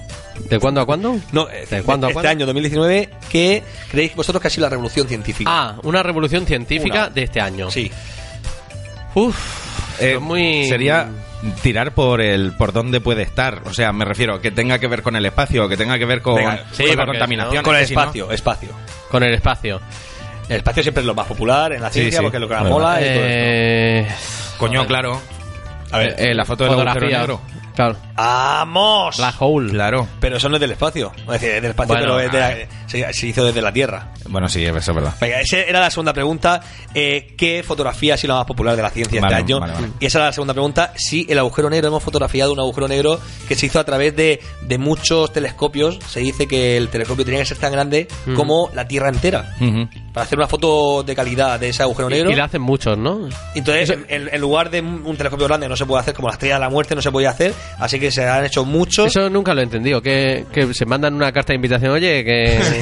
Speaker 2: ¿De cuándo a cuándo?
Speaker 4: No, eh,
Speaker 2: ¿De cuándo a
Speaker 4: este
Speaker 2: cuándo?
Speaker 4: año 2019, ¿qué creéis vosotros que ha sido la revolución científica?
Speaker 2: Ah, una revolución científica
Speaker 4: Una.
Speaker 2: de este año.
Speaker 4: Sí. Eh,
Speaker 2: Uf, es muy...
Speaker 3: Eh, Sería tirar por el por dónde puede estar. O sea, me refiero que tenga que ver con el espacio, que tenga que ver con,
Speaker 4: Venga,
Speaker 2: sí,
Speaker 3: con la
Speaker 2: porque
Speaker 3: contaminación.
Speaker 4: Con el
Speaker 3: que si no-
Speaker 4: espacio, espacio.
Speaker 2: Con el espacio.
Speaker 4: El espacio siempre es lo más popular en la
Speaker 3: Sí,
Speaker 4: ciencia
Speaker 3: sí.
Speaker 4: porque es lo que la
Speaker 3: Bueno,
Speaker 4: mola. y todo esto.
Speaker 2: Eh,
Speaker 3: Coño, claro.
Speaker 4: A ver,
Speaker 3: eh, la foto del agujero
Speaker 2: fotografía.
Speaker 3: negro.
Speaker 2: Claro.
Speaker 4: ¡Vamos!
Speaker 2: Black hole.
Speaker 3: Claro.
Speaker 4: Pero eso no es del espacio. Es decir, es del espacio,
Speaker 3: Bueno,
Speaker 4: pero es de la- se, se hizo desde la Tierra.
Speaker 3: Bueno, sí, eso es verdad.
Speaker 4: Venga, esa era la segunda pregunta. Eh, ¿Qué fotografía ha sido la más popular de la ciencia
Speaker 3: Vale,
Speaker 4: este año?
Speaker 3: vale, vale.
Speaker 4: Y esa era la segunda pregunta. Sí, el agujero negro. Hemos fotografiado un agujero negro que se hizo a través de, de muchos telescopios. Se dice que el telescopio tenía que ser tan grande
Speaker 3: Mm.
Speaker 4: como la Tierra entera.
Speaker 3: Ujú.
Speaker 4: Para hacer una foto de calidad de ese agujero negro.
Speaker 2: Y, y la hacen muchos, ¿no?
Speaker 4: Entonces,
Speaker 2: Eso-
Speaker 4: en, en lugar de un un telescopio grande no se puede hacer, como la estrella de la muerte no se podía hacer, así que se han hecho muchos.
Speaker 2: Eso nunca lo he entendido. Que, que se mandan una carta de invitación. Oye, que...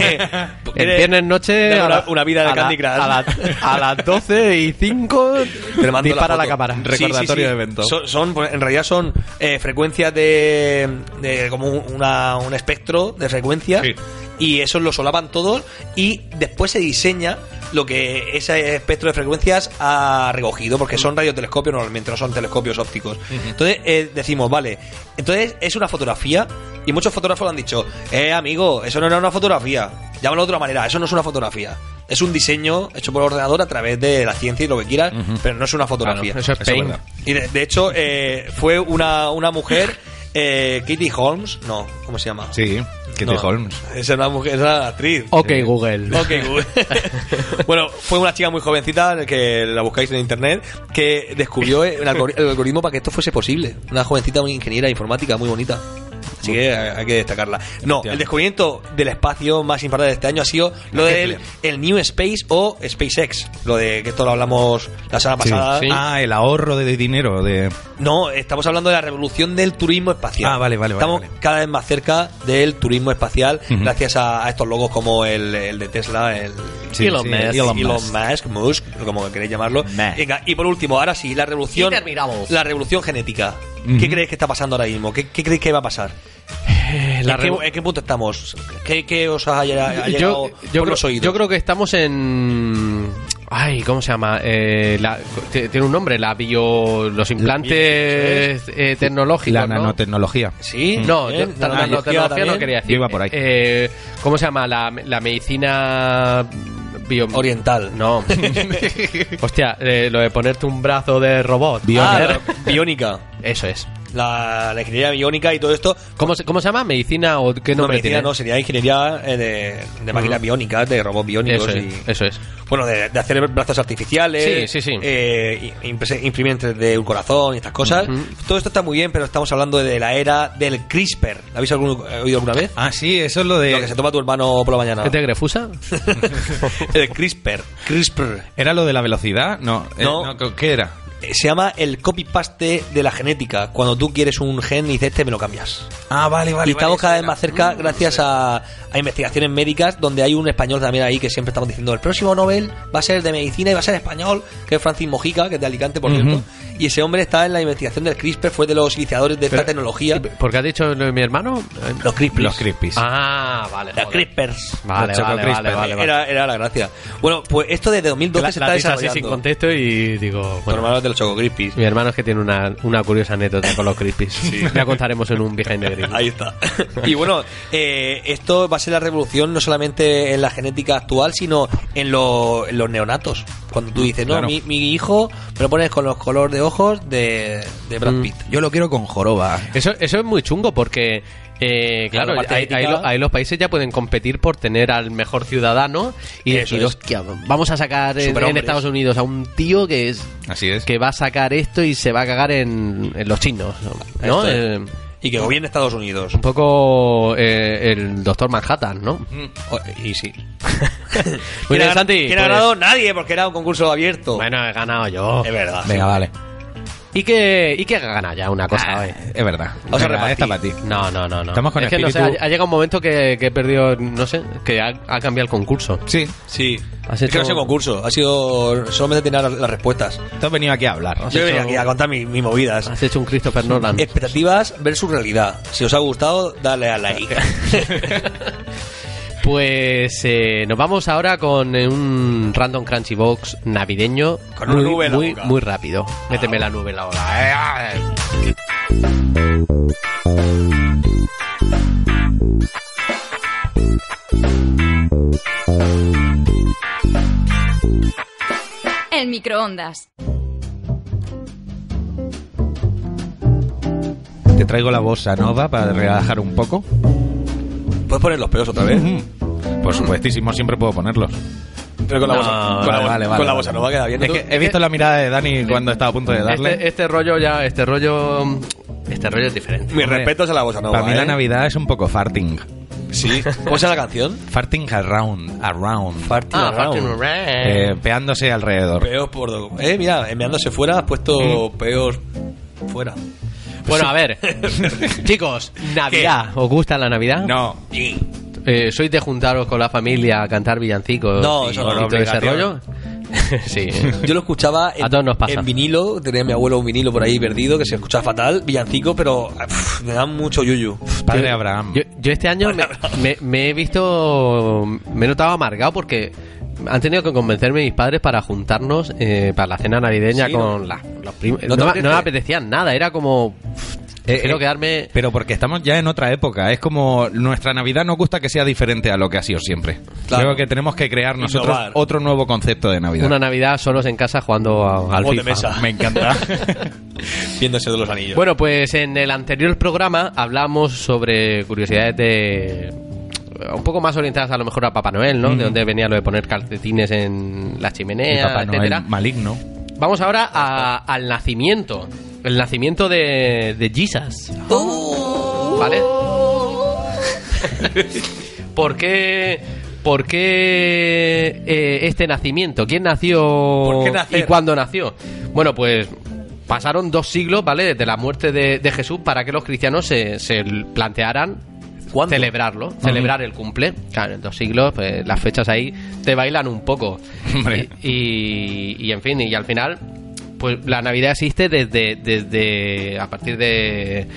Speaker 2: El viernes noche
Speaker 4: Tengo
Speaker 2: a la-
Speaker 4: Eh, una, una vida de
Speaker 2: a la-
Speaker 4: Candy Crush.
Speaker 2: a, la- a las 12 y 5
Speaker 4: Te mando
Speaker 2: dispara la,
Speaker 4: foto.
Speaker 2: cámara.
Speaker 4: Sí,
Speaker 3: Recordatorio
Speaker 4: sí, sí.
Speaker 3: de evento.
Speaker 4: Son, son, pues, en realidad son eh, frecuencias de, de como un- una- un espectro de frecuencias
Speaker 3: Sí.
Speaker 4: y eso lo solapan todos y después se diseña lo que ese espectro de frecuencias ha recogido porque son radiotelescopios normalmente no son telescopios ópticos entonces eh, decimos vale entonces es una fotografía y muchos fotógrafos lo han dicho eh amigo eso no era una fotografía llámalo de otra manera eso no es una fotografía es un diseño hecho por ordenador a través de la ciencia y lo que quieras pero no es una fotografía
Speaker 2: Claro, eso es
Speaker 3: Eso es
Speaker 2: pain.
Speaker 3: verdad.
Speaker 4: y de, de hecho, eh, fue una, una mujer, eh, Katie Holmes, no, ¿cómo se llama?
Speaker 3: Sí, Kitty
Speaker 4: No,
Speaker 3: Holmes.
Speaker 4: Es una mujer, es una actriz.
Speaker 2: Ok, Google.
Speaker 4: Ok, Google. bueno, fue una chica muy jovencita, que la buscáis en internet, que descubrió el, algori- el algoritmo para que esto fuese posible. Una jovencita, muy ingeniera informática, muy bonita. Así que eh, hay que destacarla. No, el descubrimiento del espacio más importante de este año ha sido lo del el New Space o SpaceX. Lo de que esto lo hablamos la semana pasada.
Speaker 2: Sí.
Speaker 3: Ah, el ahorro de dinero de...
Speaker 4: No, estamos hablando de la revolución del turismo espacial.
Speaker 3: Ah, vale, vale, vale,
Speaker 4: Estamos
Speaker 3: vale.
Speaker 4: cada vez más cerca del turismo espacial
Speaker 3: Ujú.
Speaker 4: gracias a, a estos logos como el, el de Tesla, el
Speaker 3: Sí,
Speaker 2: Elon
Speaker 3: sí,
Speaker 2: Musk.
Speaker 3: Elon
Speaker 4: Elon
Speaker 3: Musk.
Speaker 4: Musk, Musk, como queréis llamarlo.
Speaker 3: Musk.
Speaker 4: Venga, y por último, ahora sí, la revolución,
Speaker 2: Y terminamos.
Speaker 4: la revolución genética. ¿Qué
Speaker 3: Ujú.
Speaker 4: creéis que está pasando ahora mismo? ¿Qué, qué creéis que va a pasar?
Speaker 2: La
Speaker 4: ¿En, qué,
Speaker 2: revo-
Speaker 4: en qué punto estamos? ¿Qué, qué os ha, lle- ha llegado
Speaker 2: yo,
Speaker 4: por
Speaker 2: yo,
Speaker 4: los
Speaker 2: creo,
Speaker 4: oídos?
Speaker 2: yo creo que estamos en. Ay, ¿cómo se llama? Eh, la- t- tiene un nombre, la bio. Los implantes eh, tecnológicos.
Speaker 3: La
Speaker 2: ¿no?
Speaker 3: nanotecnología.
Speaker 4: Sí,
Speaker 2: No, yo,
Speaker 4: ¿eh?
Speaker 2: la nanotecnología no
Speaker 4: también.
Speaker 2: quería decir.
Speaker 3: Yo iba por ahí.
Speaker 2: Eh, ¿Cómo se llama? La, la medicina. bio-
Speaker 4: Oriental.
Speaker 2: No. Hostia, eh, lo de ponerte un brazo de robot.
Speaker 4: Ah, biónica.
Speaker 2: Eso es.
Speaker 4: la, la ingeniería biónica y todo esto.
Speaker 2: ¿Cómo se, cómo se llama? ¿Medicina o qué
Speaker 4: No,
Speaker 2: nombre
Speaker 4: medicina
Speaker 2: tiene?
Speaker 4: no, sería ingeniería eh, de, de máquinas
Speaker 2: Ujú.
Speaker 4: biónicas, de robots biónicos
Speaker 2: Eso
Speaker 4: y,
Speaker 2: es, eso es.
Speaker 4: Bueno, de, de hacer brazos artificiales.
Speaker 2: Sí, sí, sí.
Speaker 4: eh, impres- imprimir de un corazón y estas cosas.
Speaker 2: Ujú.
Speaker 4: Todo esto está muy bien, pero estamos hablando de la era del CRISPR. ¿Lo habéis algún- eh, oído alguna vez?
Speaker 3: Ah, sí, eso es lo de.
Speaker 4: Lo que se toma tu hermano por la mañana.
Speaker 2: ¿Qué te grefusa?
Speaker 4: el CRISPR. CRISPR.
Speaker 3: ¿Era lo de la velocidad? No, eh,
Speaker 4: No.
Speaker 3: no, ¿Qué era?
Speaker 4: Eh, Se llama el copy-paste de la genética. Cuando tú quieres un gen y dices, este me lo cambias.
Speaker 3: Ah, vale, Mm,
Speaker 4: y estamos cada vez más cerca gracias a, a investigaciones médicas donde hay un español también ahí que siempre estamos diciendo el próximo Nobel va a ser de medicina y va a ser español que es Francis Mojica que es de Alicante por cierto y ese hombre está en la investigación del CRISPR fue de los iniciadores de
Speaker 2: Pero-
Speaker 4: esta tecnología
Speaker 2: ¿Por qué ha dicho lo de mi hermano? Eh,
Speaker 4: los CRISPR
Speaker 3: Los crispis.
Speaker 2: Ah, vale.
Speaker 4: los
Speaker 2: joder.
Speaker 4: CRISPRs
Speaker 2: Vale, vale,
Speaker 3: Los Choco
Speaker 2: vale, vale, vale.
Speaker 4: Era, era la gracia bueno pues esto desde 2012
Speaker 2: La-
Speaker 4: se
Speaker 2: la
Speaker 4: está
Speaker 2: dices así
Speaker 4: desarrollando
Speaker 2: sin contexto y digo...
Speaker 4: Bueno,
Speaker 2: bueno,
Speaker 4: hermanos de los Choco Crispis
Speaker 2: mi hermano es que tiene una, una curiosa anécdota con los creepies. La contaremos en un behind the Green.
Speaker 4: Ahí está. Y bueno, eh, esto va a ser la revolución no solamente en la genética actual, sino en, lo- en los neonatos. Cuando tú dices, no,
Speaker 3: Claro.
Speaker 4: mi, mi hijo me lo pones con los colores de ojos de, de Brad Pitt.
Speaker 7: Yo lo quiero con joroba.
Speaker 2: Eso, eso es muy chungo porque, eh, claro,
Speaker 4: Claro, la parte
Speaker 2: ahí,
Speaker 4: ética.
Speaker 2: ahí lo- ahí los países ya pueden competir por tener al mejor ciudadano y
Speaker 4: Eso
Speaker 2: decir,
Speaker 4: es.
Speaker 2: hostia, vamos a sacar eh, en,
Speaker 4: Superhombres.
Speaker 2: en Estados Unidos a un tío que es
Speaker 3: Así Ah, es.
Speaker 2: que va a sacar esto y se va a cagar en, en los chinos, ¿no?
Speaker 4: Esto es.
Speaker 2: Eh,
Speaker 4: Y que gobierne Estados Unidos.
Speaker 2: un poco eh, el doctor Manhattan, ¿no?
Speaker 4: O- Y sí.
Speaker 2: Muy
Speaker 4: ¿Quién
Speaker 2: bien,
Speaker 4: ha-
Speaker 2: Santi,
Speaker 4: ¿Quién ha
Speaker 2: pues-
Speaker 4: ganado? Nadie, porque era un concurso abierto.
Speaker 2: Bueno, he ganado yo.
Speaker 4: es verdad.
Speaker 7: Venga, vale.
Speaker 2: ¿Y que y que gana ya una cosa
Speaker 3: Ah,
Speaker 2: hoy?
Speaker 3: es verdad.
Speaker 4: Vamos a repartir.
Speaker 3: esta para ti.
Speaker 2: No, no, no, no.
Speaker 3: Estamos con
Speaker 2: es que no sé,
Speaker 3: espíritu-
Speaker 2: ha, ha llegado un momento que, que he perdido, no sé, que ha, ha cambiado el concurso.
Speaker 3: Sí,
Speaker 4: Sí.
Speaker 2: Has
Speaker 4: Es
Speaker 2: hecho-
Speaker 4: que no ha sido concurso, ha sido solamente tener las, las respuestas.
Speaker 3: tú has venido aquí a hablar.
Speaker 4: Yo venía aquí a contar mi- mis movidas.
Speaker 2: Has hecho un Christopher Nolan.
Speaker 4: Expectativas versus realidad. Si os ha gustado, dale a like.
Speaker 2: Pues eh, nos vamos ahora con eh, un random crunchy box navideño.
Speaker 4: Con una
Speaker 2: muy,
Speaker 4: nube en la
Speaker 2: muy,
Speaker 4: boca.
Speaker 2: muy rápido. Méteme la nube en la boca. Eh, ah,
Speaker 1: El microondas.
Speaker 3: Te traigo la bossa nova para relajar un poco.
Speaker 4: ¿Puedes poner los pelos otra vez?
Speaker 3: Por supuestísimo, siempre puedo ponerlos.
Speaker 4: Pero con la
Speaker 2: No,
Speaker 4: bossa, con
Speaker 2: vale,
Speaker 4: la, bossa-
Speaker 7: vale,
Speaker 4: con
Speaker 7: vale,
Speaker 4: la
Speaker 7: vale.
Speaker 4: bossa nova queda bien. ¿no?
Speaker 3: Es que he visto la mirada de Dani cuando estaba a punto de darle.
Speaker 2: Este, este rollo ya, este rollo. Este rollo es diferente.
Speaker 4: Mis respetos a la bossa nova.
Speaker 3: para mí la
Speaker 4: ¿eh?
Speaker 3: Navidad es un poco farting.
Speaker 4: Sí. ¿Cómo se llama la canción?
Speaker 3: Farting around, around.
Speaker 4: Farting
Speaker 2: Ah,
Speaker 4: Around.
Speaker 2: Farting Around.
Speaker 3: Eh, peándose alrededor.
Speaker 4: Peos por. do- Eh, mira, enviándose fuera has puesto peos fuera.
Speaker 2: Bueno, a ver. Chicos, Navidad. ¿Os gusta la Navidad?
Speaker 3: No.
Speaker 2: Eh, ¿Sois de juntaros con la familia a cantar villancicos?
Speaker 4: No,
Speaker 2: y,
Speaker 4: eso no,
Speaker 2: y todo ese
Speaker 3: obligación.
Speaker 2: rollo? sí.
Speaker 4: Yo lo escuchaba en,
Speaker 2: A todos nos pasa.
Speaker 4: en vinilo. Tenía mi abuelo un vinilo por ahí perdido que se escuchaba fatal, villancico, pero uf, me dan mucho yuyu.
Speaker 3: Padre Abraham.
Speaker 2: Yo, yo este año me, me- me he visto, me he notado amargado porque han tenido que convencerme mis padres para juntarnos eh, para la cena navideña
Speaker 4: Sí,
Speaker 2: con la- los primos. No,
Speaker 4: ¿No te
Speaker 2: me-
Speaker 4: apetece?
Speaker 2: no me apetecían nada, era como... pff,
Speaker 3: Eh,
Speaker 2: Quiero
Speaker 3: eh,
Speaker 2: quedarme...
Speaker 3: Pero porque estamos ya en otra época. Es como nuestra Navidad nos gusta que sea diferente a lo que ha sido siempre.
Speaker 4: Claro.
Speaker 3: Creo que tenemos que crear nosotros
Speaker 4: Innovar.
Speaker 3: otro nuevo concepto de Navidad.
Speaker 2: Una Navidad solos en casa jugando a- al
Speaker 4: Juego de
Speaker 2: FIFA.
Speaker 4: mesa.
Speaker 3: Me encanta.
Speaker 4: Viéndose de los anillos.
Speaker 2: Bueno, pues en el anterior programa hablamos sobre curiosidades de un poco más orientadas a lo mejor a Papá Noel, ¿no? De dónde venía lo de poner calcetines en la
Speaker 3: Mi
Speaker 2: chimenea,
Speaker 3: Papá Noel
Speaker 2: etcétera.
Speaker 3: maligno.
Speaker 2: Vamos ahora a- al nacimiento. El nacimiento de, de Jesus. ¿Vale? ¿Por qué, por qué eh, este nacimiento? ¿Quién nació
Speaker 4: ¿Por qué nacer?
Speaker 2: y cuándo nació? Bueno, pues pasaron dos siglos, ¿vale? Desde la muerte de, de Jesús para que los cristianos se, se plantearan
Speaker 4: ¿Cuándo?
Speaker 2: celebrarlo, celebrar el cumple. Claro, en dos siglos, pues las fechas ahí te bailan un poco.
Speaker 3: Hombre.
Speaker 2: Y, y- y, en fin, y al final, pues la Navidad existe desde, desde a partir de,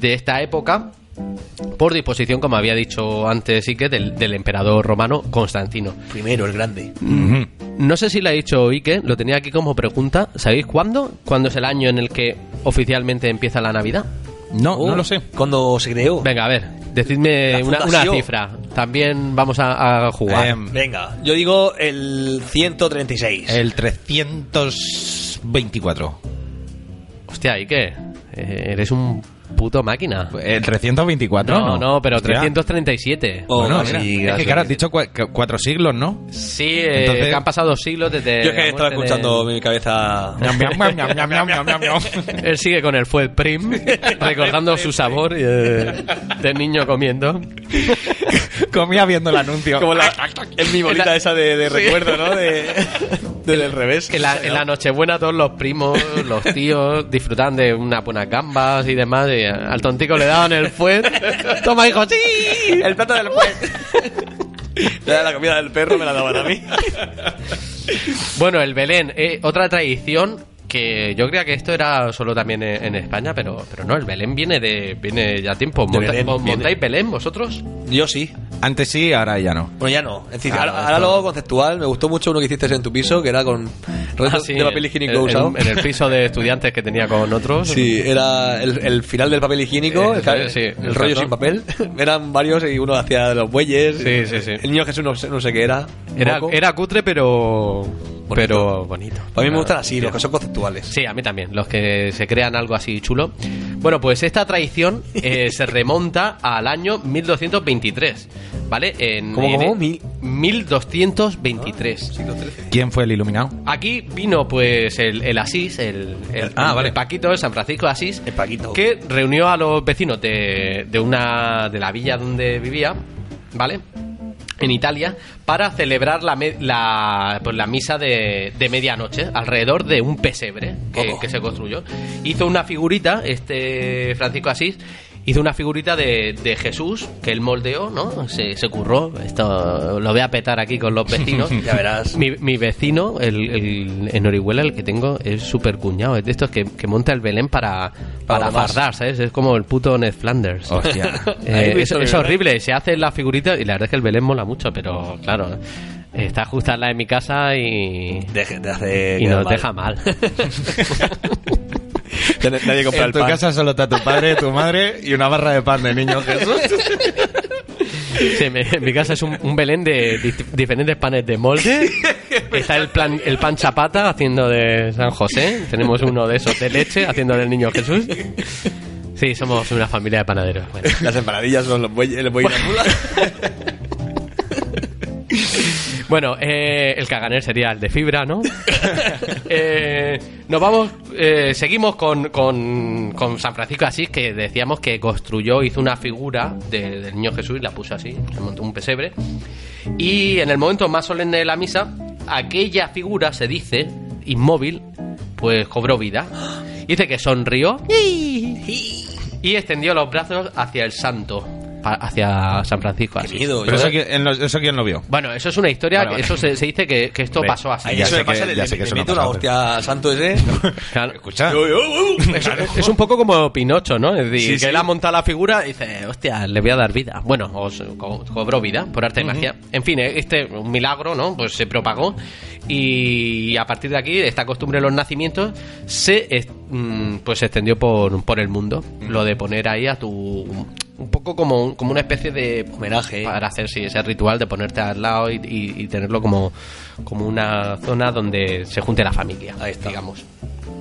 Speaker 2: de esta época. Por disposición, como había dicho antes, Ike, del, del emperador romano Constantino.
Speaker 4: Primero, el grande.
Speaker 2: No sé si lo ha dicho Ike, lo tenía aquí como pregunta. ¿Sabéis cuándo? ¿Cuándo es el año en el que oficialmente empieza la Navidad?
Speaker 3: No,
Speaker 4: Oh.
Speaker 3: no lo sé.
Speaker 4: Cuando se creó.
Speaker 2: Venga, a ver, decidme
Speaker 4: La
Speaker 2: una, una
Speaker 4: fundación.
Speaker 2: cifra. También vamos a, a jugar.
Speaker 3: Em,
Speaker 4: Venga, yo digo el 136.
Speaker 2: Eh,
Speaker 3: el 324.
Speaker 2: Hostia, ¿y qué? eh, eres un puto máquina.
Speaker 3: El 324,
Speaker 2: No,
Speaker 3: ¿no?
Speaker 2: no, pero
Speaker 3: Hostia.
Speaker 2: 337.
Speaker 4: Oh,
Speaker 3: bueno,
Speaker 4: mira.
Speaker 3: sí, es que claro, has dicho cua- cu- cuatro siglos, ¿no?
Speaker 2: Sí, eh,
Speaker 3: Entonces-
Speaker 2: que han pasado siglos desde.
Speaker 4: Yo es que
Speaker 2: la
Speaker 4: estaba
Speaker 2: muerte de-
Speaker 4: escuchando mi cabeza.
Speaker 2: Él sigue con el fue prim, recordando su sabor eh, de niño comiendo.
Speaker 3: Comía viendo el anuncio.
Speaker 4: Como la, es mi bolita
Speaker 2: En la-
Speaker 4: esa de, de recuerdo, ¿no? De, del del revés.
Speaker 2: En la, en la Nochebuena todos los primos, los tíos, disfrutan de unas buenas gambas y demás. y al tontico le daban el fue. Toma, hijo, sí.
Speaker 4: El plato del juez. La, la comida del perro me la daban a mí.
Speaker 2: Bueno, el Belén, eh, otra tradición que yo creía que esto era solo también en, en España, pero, pero no, el Belén viene de viene ya tiempo. Monta-
Speaker 4: Belén,
Speaker 2: mon-
Speaker 4: viene.
Speaker 2: ¿Montáis Belén vosotros?
Speaker 4: Yo sí.
Speaker 3: Antes sí, ahora ya no.
Speaker 4: Bueno, ya no. Es decir,
Speaker 2: Claro,
Speaker 4: ahora, ahora
Speaker 2: esto-
Speaker 4: lo hago conceptual. Me gustó mucho uno que hiciste en tu piso, que era con rollos
Speaker 2: Ah, sí,
Speaker 4: de papel higiénico
Speaker 2: en- en-
Speaker 4: usado.
Speaker 2: En, el piso de estudiantes que tenía con otros.
Speaker 4: Sí, era el, el final del papel higiénico,
Speaker 2: Eh,
Speaker 4: el, ca-
Speaker 2: sí,
Speaker 4: el
Speaker 2: el
Speaker 4: rollo
Speaker 2: cartón.
Speaker 4: sin papel. Eran varios y uno hacía los bueyes.
Speaker 2: Sí, sí, sí.
Speaker 4: El niño Jesús no sé, no sé qué era.
Speaker 2: Era,
Speaker 4: Moco.
Speaker 2: era cutre, pero. Pero bonito.
Speaker 4: A mí me
Speaker 2: Era-
Speaker 4: gustan así, los
Speaker 2: era-
Speaker 4: que son conceptuales.
Speaker 2: Sí, a mí también, los que se crean algo así chulo. Bueno, pues esta tradición eh, se remonta al año 1223, ¿vale? En,
Speaker 4: ¿Cómo,
Speaker 2: en-
Speaker 4: cómo? Mil-
Speaker 2: 1223.
Speaker 3: ¿Quién fue el iluminado?
Speaker 2: Aquí vino pues el, el Asís, el, el-
Speaker 4: Ah,
Speaker 2: el
Speaker 4: vale.
Speaker 2: Paquito, el San Francisco de Asís,
Speaker 4: El Paquito.
Speaker 2: que reunió a los vecinos de, de una de la villa donde vivía, ¿vale? En Italia, para celebrar la, me- la, pues, la misa de, de medianoche, alrededor de un pesebre que,
Speaker 4: Oh.
Speaker 2: que se construyó. Hizo una figurita, este Francisco Asís, hizo una figurita de, de Jesús, que él moldeó, ¿no? Se, se curró, esto lo voy a petar aquí con los vecinos.
Speaker 4: Ya verás.
Speaker 2: Mi, mi vecino, el, el- en Orihuela, el que tengo, es súper cuñado. Es de estos que, que monta el Belén para, para
Speaker 4: lo más.
Speaker 2: fardar, ¿sabes? Es como el puto Ned Flanders.
Speaker 3: Hostia.
Speaker 2: Eh, es, es horrible, se hace la figurita y la verdad es que el Belén mola mucho, pero claro, está justa la de mi casa y,
Speaker 4: Deje- te hace
Speaker 2: y
Speaker 4: quedar
Speaker 2: nos deja mal.
Speaker 4: Ya na- Nadie compra
Speaker 3: En
Speaker 4: el
Speaker 3: tu
Speaker 4: pan.
Speaker 3: casa solo está tu padre, tu madre y una barra de pan de niño Jesús.
Speaker 2: Sí, me- en mi casa es un, un Belén de di- diferentes panes de molde. Está el, plan, el pan chapata haciendo de San José. Tenemos uno de esos de leche haciendo del niño Jesús. Sí, somos una familia de panaderos. Bueno.
Speaker 4: Las empanadillas son los bueyes, el buey y la mula.
Speaker 2: Bueno, eh, el caganer sería el de fibra, ¿no? Eh, nos vamos, eh, seguimos con, con- con San Francisco de Asís, que decíamos que construyó, hizo una figura de- del niño Jesús y la puso así, le montó un pesebre. Y en el momento más solemne de la misa, aquella figura se dice, inmóvil, pues cobró vida. Dice que sonrió y extendió los brazos hacia el santo, pa- hacia San Francisco. de Asís.
Speaker 4: Miedo,
Speaker 3: Pero
Speaker 4: yo-
Speaker 3: eso, qui- en lo- eso quién lo vio.
Speaker 2: Bueno, eso es una historia,
Speaker 3: Vale,
Speaker 2: que
Speaker 3: vale.
Speaker 2: eso se, se dice que, que esto
Speaker 3: Hombre,
Speaker 2: pasó así.
Speaker 4: Ahí
Speaker 3: Ya
Speaker 4: eso
Speaker 3: sé
Speaker 4: le
Speaker 3: que-
Speaker 4: pasa, le,
Speaker 3: ya
Speaker 4: le-
Speaker 3: sé que
Speaker 4: le
Speaker 3: eso no
Speaker 4: mete una
Speaker 3: pasa, pero-
Speaker 4: hostia al santo ese.
Speaker 2: Claro.
Speaker 3: Escucha.
Speaker 4: Yo- uh, yo-
Speaker 2: Es, es un poco como Pinocho, ¿no? Es decir,
Speaker 4: Sí,
Speaker 2: que
Speaker 4: sí.
Speaker 2: él ha montado la figura y dice, hostia, le voy a dar vida. Bueno, os co- cobró vida por arte de magia. En fin, eh, este un milagro, ¿no? Pues se propagó y a partir de aquí esta costumbre de los nacimientos se es- mm, pues se extendió por, por el mundo. Lo de poner ahí a tu un poco como, un- como una especie de
Speaker 4: Homenaje.
Speaker 2: para hacer sí, ese ritual de ponerte al lado y, y- y tenerlo como, como una zona donde se junte la familia,
Speaker 4: Ahí está.
Speaker 2: digamos.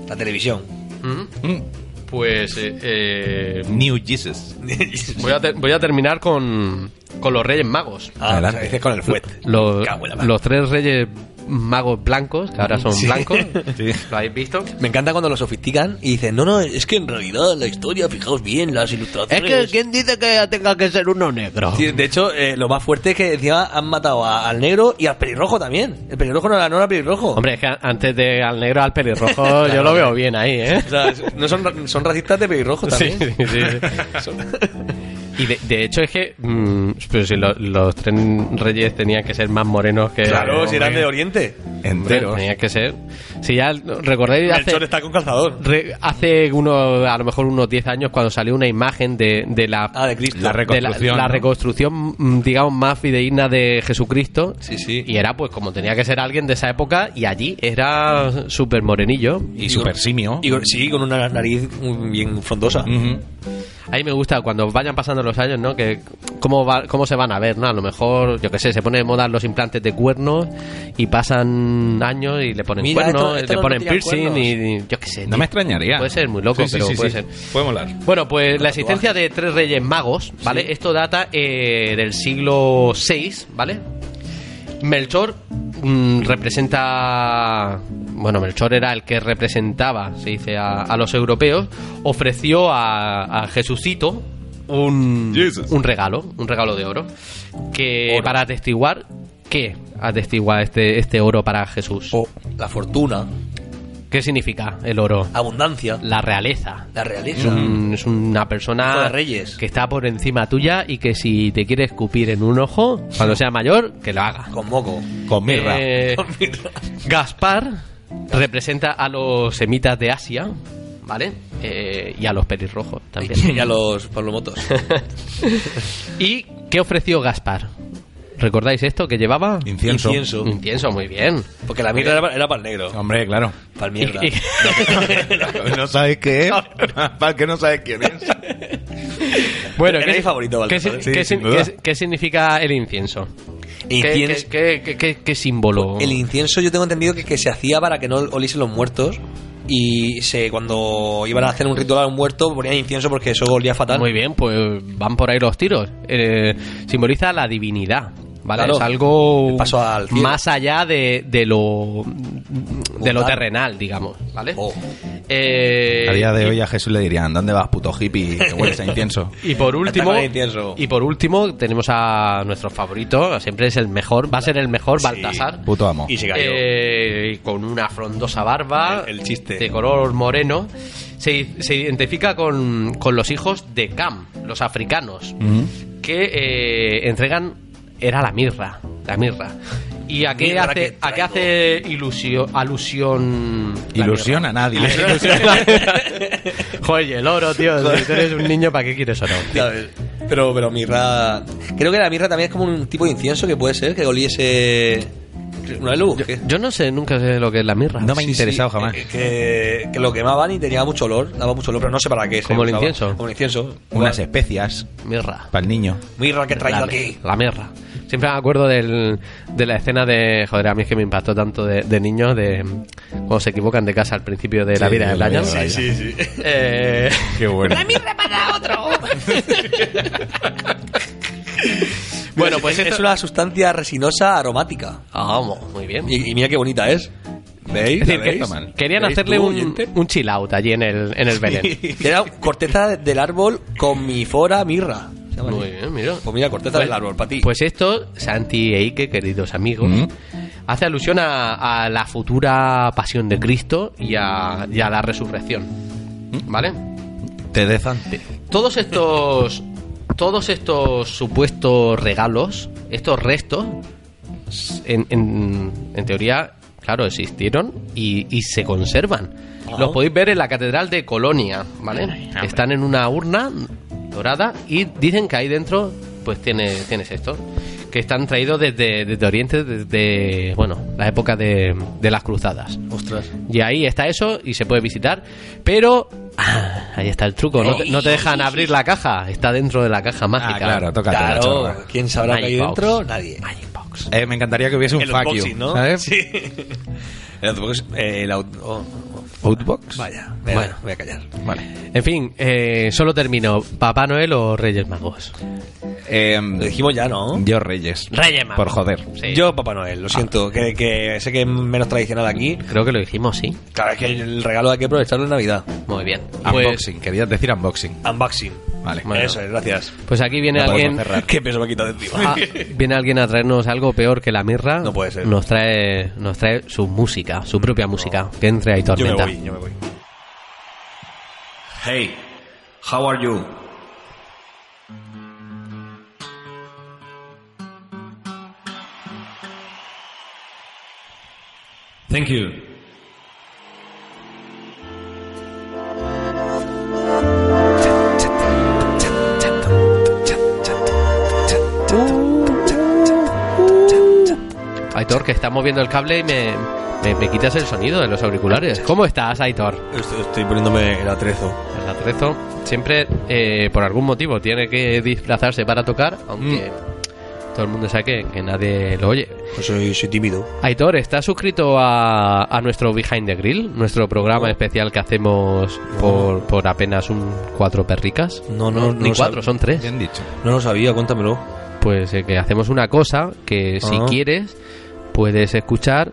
Speaker 4: La televisión.
Speaker 2: Ujú.
Speaker 3: Mm.
Speaker 2: Pues eh, eh,
Speaker 3: New Jesus.
Speaker 2: voy, a ter- voy a terminar con, con los Reyes Magos.
Speaker 4: Ah,
Speaker 3: Adelante.
Speaker 4: o sea, dices con el fuet.
Speaker 2: Los,
Speaker 4: Me cago en la
Speaker 2: los tres Reyes Magos blancos, que ahora son
Speaker 4: Sí.
Speaker 2: blancos.
Speaker 3: Sí.
Speaker 2: ¿Lo habéis visto?
Speaker 4: Me encanta cuando lo sofistican y dicen, no, no, es que en realidad la historia, fijaos bien, las ilustraciones.
Speaker 2: ¿quién dice que tenga que ser uno negro?
Speaker 4: Sí, de hecho, eh, lo más fuerte es que encima han matado a- al negro y al pelirrojo también. El pelirrojo no era, no era pelirrojo.
Speaker 2: Hombre, es que a- antes de al negro al pelirrojo yo lo veo bien ahí, ¿eh?
Speaker 4: O sea, es- no son, ra- son racistas de pelirrojo también.
Speaker 2: Sí, sí, sí. Y de, de hecho es que mm, pues si lo- los tres reyes tenían que ser más morenos que...
Speaker 4: Claro, si eran de Oriente.
Speaker 3: Enteros.
Speaker 2: Tenía que ser. Si ya recordáis
Speaker 4: El
Speaker 2: hace,
Speaker 4: chor está con calzador.
Speaker 2: re- hace uno, a lo mejor unos 10 años cuando salió una imagen de, de la
Speaker 4: Ah, de Cristo.
Speaker 3: La re-
Speaker 2: de la-
Speaker 3: reconstrucción,
Speaker 2: la,
Speaker 3: ¿no?
Speaker 2: reconstrucción, mm, digamos, más fidedigna de Jesucristo.
Speaker 4: Sí, sí.
Speaker 2: Y era, pues, como tenía que ser alguien de esa época, y allí era súper morenillo.
Speaker 3: Y super simio.
Speaker 4: Y con- sí, con una nariz mm, bien frondosa.
Speaker 3: Ujú.
Speaker 2: A mí me gusta cuando vayan pasando los años, ¿no? Que cómo, va- cómo se van a ver, ¿no? A lo mejor, yo qué sé, se pone de moda los implantes de cuernos y pasan años y le ponen
Speaker 4: Mira, esto-
Speaker 2: cuernos,
Speaker 4: esto
Speaker 2: le
Speaker 4: no
Speaker 2: ponen
Speaker 4: tiene
Speaker 2: piercing
Speaker 4: cuernos.
Speaker 2: y, y yo qué sé.
Speaker 3: No me
Speaker 2: tío.
Speaker 3: extrañaría.
Speaker 2: Eh, Puede ser muy loco,
Speaker 3: Sí, sí,
Speaker 2: pero
Speaker 3: sí,
Speaker 2: puede
Speaker 3: sí.
Speaker 2: ser.
Speaker 3: Puede molar.
Speaker 2: Bueno, pues la
Speaker 4: Tatuajes.
Speaker 2: existencia de tres reyes magos, ¿vale? Esto data eh, del siglo VI, ¿vale? Melchor mm, representa. Bueno, Melchor era el que representaba, se dice, a, a los europeos. Ofreció a, a Jesucito un,
Speaker 3: Jesus.
Speaker 2: un regalo, un regalo de oro. Que para atestiguar. ¿Qué atestigua este, este oro para Jesús?
Speaker 4: O la fortuna,
Speaker 2: ¿Qué significa el oro?
Speaker 4: abundancia,
Speaker 2: La realeza.
Speaker 4: la realeza.
Speaker 2: Es, un- es una
Speaker 4: Hijo
Speaker 2: persona
Speaker 4: de reyes.
Speaker 2: que está por encima tuya y que si te quiere escupir en un ojo, cuando sea mayor, que lo haga.
Speaker 4: Con moco.
Speaker 3: Con mirra.
Speaker 2: Eh, Gaspar representa a los semitas de Asia, ¿vale? Eh, y a los pelirrojos
Speaker 4: Y
Speaker 2: también.
Speaker 4: a los palomotos.
Speaker 2: ¿Y qué ofreció Gaspar? ¿Recordáis esto que llevaba?
Speaker 3: Incienso.
Speaker 4: Incienso.
Speaker 2: Incienso, muy bien.
Speaker 4: Porque la mierda era, para- era para el negro.
Speaker 3: Hombre, claro.
Speaker 4: Para el mierda.
Speaker 2: Y-
Speaker 3: no sabes qué es. Para el que no sabes quién es.
Speaker 2: Bueno,
Speaker 4: Era mi favorito,
Speaker 2: ¿qué, si-
Speaker 4: Baltasar,
Speaker 3: sí,
Speaker 2: qué
Speaker 3: sin
Speaker 2: si-
Speaker 3: duda.
Speaker 2: qué- qué significa el incienso? ¿Qué-
Speaker 4: Incienso-
Speaker 2: qué- qué- qué- qué símbolo?
Speaker 4: El incienso yo tengo entendido que, que se hacía para que no oliesen los muertos. Y se, cuando iban a hacer un ritual a un muerto ponían incienso porque eso olía fatal.
Speaker 2: Muy bien, pues van por ahí los tiros. Eh, simboliza la divinidad. ¿Vale?
Speaker 4: Claro.
Speaker 2: Es algo
Speaker 4: El paso al cielo.
Speaker 2: más allá de, de lo de lo
Speaker 4: Mundano.
Speaker 2: terrenal, digamos, ¿vale?
Speaker 4: Oh.
Speaker 2: Eh,
Speaker 3: A día de hoy a Jesús le dirían, ¿dónde vas, puto hippie? Que hueles a incienso.
Speaker 2: y por último
Speaker 4: con el incienso.
Speaker 2: y por último tenemos a nuestro favorito, siempre es el mejor, va a ser el mejor Baltasar.
Speaker 3: Puto amo.
Speaker 4: Y se cayó.
Speaker 2: Eh, con una frondosa barba.
Speaker 4: El- el chiste.
Speaker 2: De color moreno. Se, se identifica con, con los hijos de Cam, los africanos, que eh, entregan. Era la mirra. La mirra. ¿Y a qué
Speaker 4: Mirra
Speaker 2: hace,
Speaker 4: que
Speaker 2: a qué hace ilusio- alusión. la
Speaker 3: Ilusiona a nadie.
Speaker 2: Joder, y el oro, tío. Si tú eres un niño, ¿para qué quieres oro?
Speaker 4: Ya ves. eh, Pero, pero mirra. Creo que la mirra también es como un tipo de incienso que puede ser que oliese. ¿Una vez lo busqué.
Speaker 2: Yo no sé, nunca sé lo que es la mirra.
Speaker 3: No me ha
Speaker 4: Sí, sí.
Speaker 3: interesado jamás.
Speaker 4: Eh, Que, que lo quemaban y tenía mucho olor, daba mucho olor, pero no sé para qué. se
Speaker 2: Como el
Speaker 4: usaba.
Speaker 2: incienso.
Speaker 4: Como el incienso.
Speaker 3: Unas especias
Speaker 2: Mirra.
Speaker 3: para el niño.
Speaker 4: Mirra que he traído
Speaker 2: la,
Speaker 4: aquí.
Speaker 2: La mierda. Siempre me acuerdo del- de la escena de. Joder, a mí es que me impactó tanto de, de niños, de cuando se equivocan de casa al principio de la
Speaker 3: Sí,
Speaker 2: vida de
Speaker 3: de la
Speaker 2: Brian.
Speaker 3: vida de
Speaker 2: sí, sí. Eh,
Speaker 3: Qué bueno.
Speaker 2: bueno, pues
Speaker 4: es
Speaker 2: esto-
Speaker 4: una sustancia resinosa aromática.
Speaker 2: Ah, Vamos, muy bien.
Speaker 4: Y, y mira qué bonita es. ¿Veis?
Speaker 2: Es
Speaker 4: ¿La
Speaker 2: decir, que
Speaker 4: veis?
Speaker 2: querían
Speaker 4: ¿Veis
Speaker 2: hacerle
Speaker 4: tú,
Speaker 2: un,
Speaker 4: oyente?
Speaker 2: un chill out allí en el, en el Belén.
Speaker 4: Era corteza del árbol con mi fora mirra. Se llama
Speaker 2: Muy
Speaker 4: así.
Speaker 2: bien, mira.
Speaker 4: Pues mira, corteza del árbol, para ti.
Speaker 2: Pues esto, Santi e Ike, queridos amigos,
Speaker 3: Mm.
Speaker 2: hace alusión a, a la futura pasión de Cristo y a, y a la resurrección. ¿Vale?
Speaker 3: Te dezante.
Speaker 2: Todos estos. Todos estos supuestos regalos, estos restos, en, en- en teoría, claro, existieron y, y se conservan. Los podéis ver en la Catedral de Colonia, ¿vale? Están en una urna dorada y dicen que ahí dentro, pues tiene, tienes esto, que están traídos desde, desde Oriente, desde, bueno, la época de, de las cruzadas.
Speaker 4: ostras.
Speaker 2: Y ahí está eso y se puede visitar. Pero ah, ahí está el truco. No te, no te dejan abrir la caja. Está dentro de la caja mágica.
Speaker 3: Ah, claro, tócate la
Speaker 4: Claro,
Speaker 3: chorra.
Speaker 4: ¿quién sabrá que hay
Speaker 2: Magic Box.
Speaker 4: dentro? Nadie.
Speaker 2: Magic Box.
Speaker 3: Eh, me encantaría que hubiese un
Speaker 4: El
Speaker 3: fuck
Speaker 4: unboxing,
Speaker 3: you,
Speaker 4: ¿no?
Speaker 3: ¿sabes?
Speaker 4: Sí. El unboxing, eh, el out- oh, oh.
Speaker 3: Outbox.
Speaker 4: Vaya, me-
Speaker 2: Bueno.
Speaker 4: voy a callar.
Speaker 3: Vale.
Speaker 2: En fin, eh, solo termino. ¿Papá Noel o Reyes Magos?
Speaker 4: Lo dijimos ya, ¿no?
Speaker 3: yo Eh, Reyes.
Speaker 2: Reyes Magos.
Speaker 3: Por joder.
Speaker 2: Sí.
Speaker 4: Yo, Papá Noel, lo siento, que, que sé que es menos tradicional aquí.
Speaker 2: Creo que lo dijimos, sí.
Speaker 4: Claro, es que el regalo hay que aprovecharlo en Navidad.
Speaker 2: Muy bien.
Speaker 4: Ah,
Speaker 2: Pues,
Speaker 3: Unboxing. Querías decir unboxing.
Speaker 4: Unboxing.
Speaker 3: Vale.
Speaker 2: Bueno.
Speaker 4: Eso es, gracias.
Speaker 2: pues aquí viene
Speaker 3: No podemos
Speaker 2: alguien.
Speaker 3: cerrar.
Speaker 4: Qué peso me ha quitado de encima.
Speaker 2: Ah, viene alguien a traernos algo peor que la mirra.
Speaker 4: No puede ser.
Speaker 2: Nos trae, nos trae su música, su propia música. Que entre ahí
Speaker 4: yo me
Speaker 2: tormenta.
Speaker 4: voy, yo me voy.
Speaker 6: Hey, how are you?
Speaker 7: Thank you.
Speaker 2: Aitor, que está moviendo el cable y me, ¿Me, me quitas el sonido de los auriculares? ¿Cómo estás, Aitor?
Speaker 4: Estoy, estoy poniéndome el atrezo.
Speaker 2: El atrezo siempre, eh, por algún motivo, tiene que disfrazarse para tocar, aunque todo el mundo sabe que, que nadie lo oye.
Speaker 4: Mm. Pues soy, soy tímido.
Speaker 2: Aitor, ¿estás suscrito a, a nuestro Behind the Grill? Nuestro programa especial que hacemos por, por apenas un cuatro perricas.
Speaker 4: No, no,
Speaker 2: Ni
Speaker 4: no lo
Speaker 2: cuatro,
Speaker 4: sab-
Speaker 2: son tres.
Speaker 3: Bien dicho.
Speaker 4: No lo sabía, cuéntamelo.
Speaker 2: Pues eh, que hacemos una cosa que si
Speaker 4: Ah.
Speaker 2: quieres puedes escuchar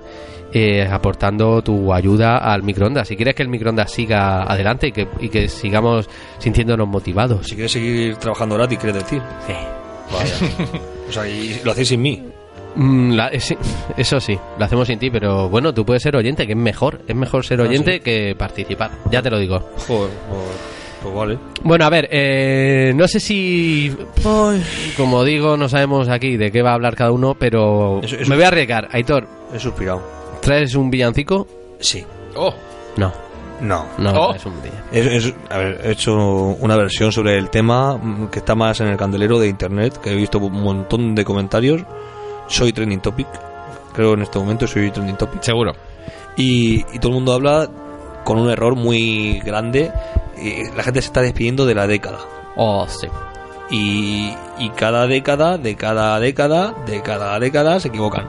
Speaker 2: eh, aportando tu ayuda al microondas. Si quieres que el microondas siga adelante y que, y que sigamos sintiéndonos motivados.
Speaker 4: Si quieres seguir trabajando gratis, quieres decir. O sea, y lo hacéis sin mí.
Speaker 2: Mm, la- eh, sí, eso sí, lo hacemos sin ti, pero bueno, tú puedes ser oyente, que es mejor. Es mejor ser
Speaker 4: Ah,
Speaker 2: oyente
Speaker 4: sí.
Speaker 2: que participar. Ya te lo digo.
Speaker 4: Joder, pues, pues vale.
Speaker 2: Bueno, a ver, eh, no sé si, como digo, no sabemos aquí de qué va a hablar cada uno, pero
Speaker 4: Eso- eso-
Speaker 2: me voy a arriesgar. Aitor,
Speaker 4: He suspirado.
Speaker 2: ¿traes un villancico?
Speaker 4: Sí.
Speaker 3: Oh,
Speaker 2: No,
Speaker 4: No.
Speaker 2: no
Speaker 3: Oh.
Speaker 2: traes un villancico.
Speaker 4: Es, es- a ver, he hecho una versión sobre el tema mm, que está más en el candelero de internet, que he visto un montón de comentarios. Soy trending topic. Creo en este momento soy trending topic.
Speaker 3: seguro.
Speaker 4: y, y todo el mundo habla con un error muy grande. Y la gente se está despidiendo de la década.
Speaker 2: Oh, sí.
Speaker 4: Y, y cada década, de cada década, de cada década se equivocan.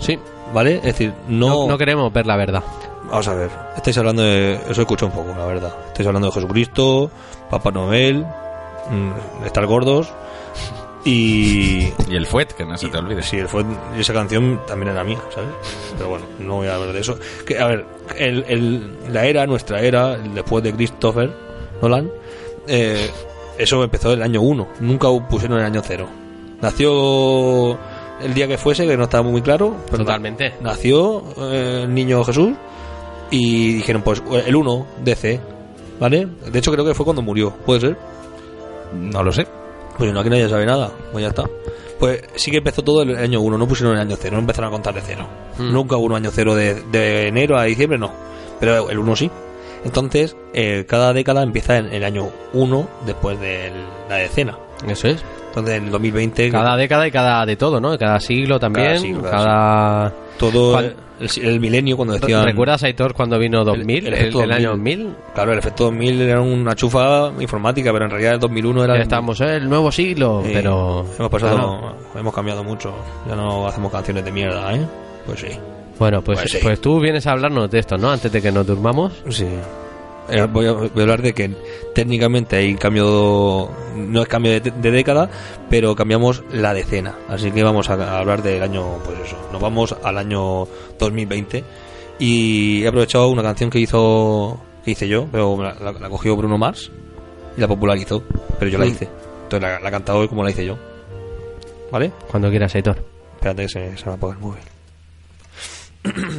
Speaker 2: Sí,
Speaker 4: ¿Vale? Es decir, no.
Speaker 2: no, no queremos ver la verdad.
Speaker 4: Vamos a ver, estáis hablando de. Eso escucho un poco, la verdad. Estáis hablando de Jesucristo, Papá Noel, mm, estar gordos. Y.
Speaker 3: Y el fuet, que no se te olvide.
Speaker 4: Sí, fue, y esa canción también era mía, ¿sabes? Pero bueno, no voy a hablar de eso. Que, a ver, el, el- la era, nuestra era, el después de Christopher Nolan, eh, eso empezó en el año 1, nunca pusieron el año 0. Nació el día que fuese, que no estaba muy claro. pero
Speaker 2: Totalmente.
Speaker 4: na- Nació eh, el niño Jesús y dijeron, pues el 1, DC, ¿vale? De hecho creo que fue cuando murió, ¿puede ser?
Speaker 3: No lo sé.
Speaker 4: Pues no, aquí nadie sabe nada, pues ya está. Pues sí que empezó todo el año 1, no pusieron el año 0, no empezaron a contar de cero.
Speaker 2: Mm.
Speaker 4: Nunca hubo un año 0 de, de enero a diciembre, no. Pero el 1 sí. Entonces, eh, cada década empieza en el año 1 después de la decena.
Speaker 2: Eso es.
Speaker 4: Entonces, en el 2020,
Speaker 2: Cada década y cada de todo, ¿no? Cada siglo también. Cada.
Speaker 4: siglo, cada todo el,
Speaker 2: Juan-
Speaker 4: el milenio, cuando
Speaker 2: Re-
Speaker 4: decían.
Speaker 2: ¿Recuerdas, Aitor, cuando vino 2000?
Speaker 4: el
Speaker 2: El,
Speaker 4: efecto
Speaker 2: el año
Speaker 4: 2000.
Speaker 2: 2000.
Speaker 4: Claro, el efecto 2000 era una chufa informática, pero en realidad el 2001 era.
Speaker 2: Ya estábamos en el nuevo siglo,
Speaker 4: Sí,
Speaker 2: pero...
Speaker 4: Hemos pasado.
Speaker 2: Ah, no.
Speaker 4: Hemos cambiado mucho. Ya no hacemos canciones de mierda, ¿eh? Pues sí.
Speaker 2: Bueno, pues,
Speaker 4: Pues
Speaker 2: pues,
Speaker 4: sí.
Speaker 2: tú vienes a hablarnos de esto, ¿no? Antes de que nos durmamos.
Speaker 4: Sí. Eh, Voy a, voy a hablar de que técnicamente hay cambio, no es cambio de, de década, pero cambiamos la decena. Así que vamos a, a hablar del año, pues eso, nos vamos al año 2020 y he aprovechado una canción que hizo, que hice yo, pero la, la- la cogió Bruno Mars y la popularizó, pero yo la hice. Entonces la, la he cantado como la hice yo. ¿Vale?
Speaker 2: Cuando quieras, Aitor.
Speaker 4: Espérate que se, se me apaga el móvil.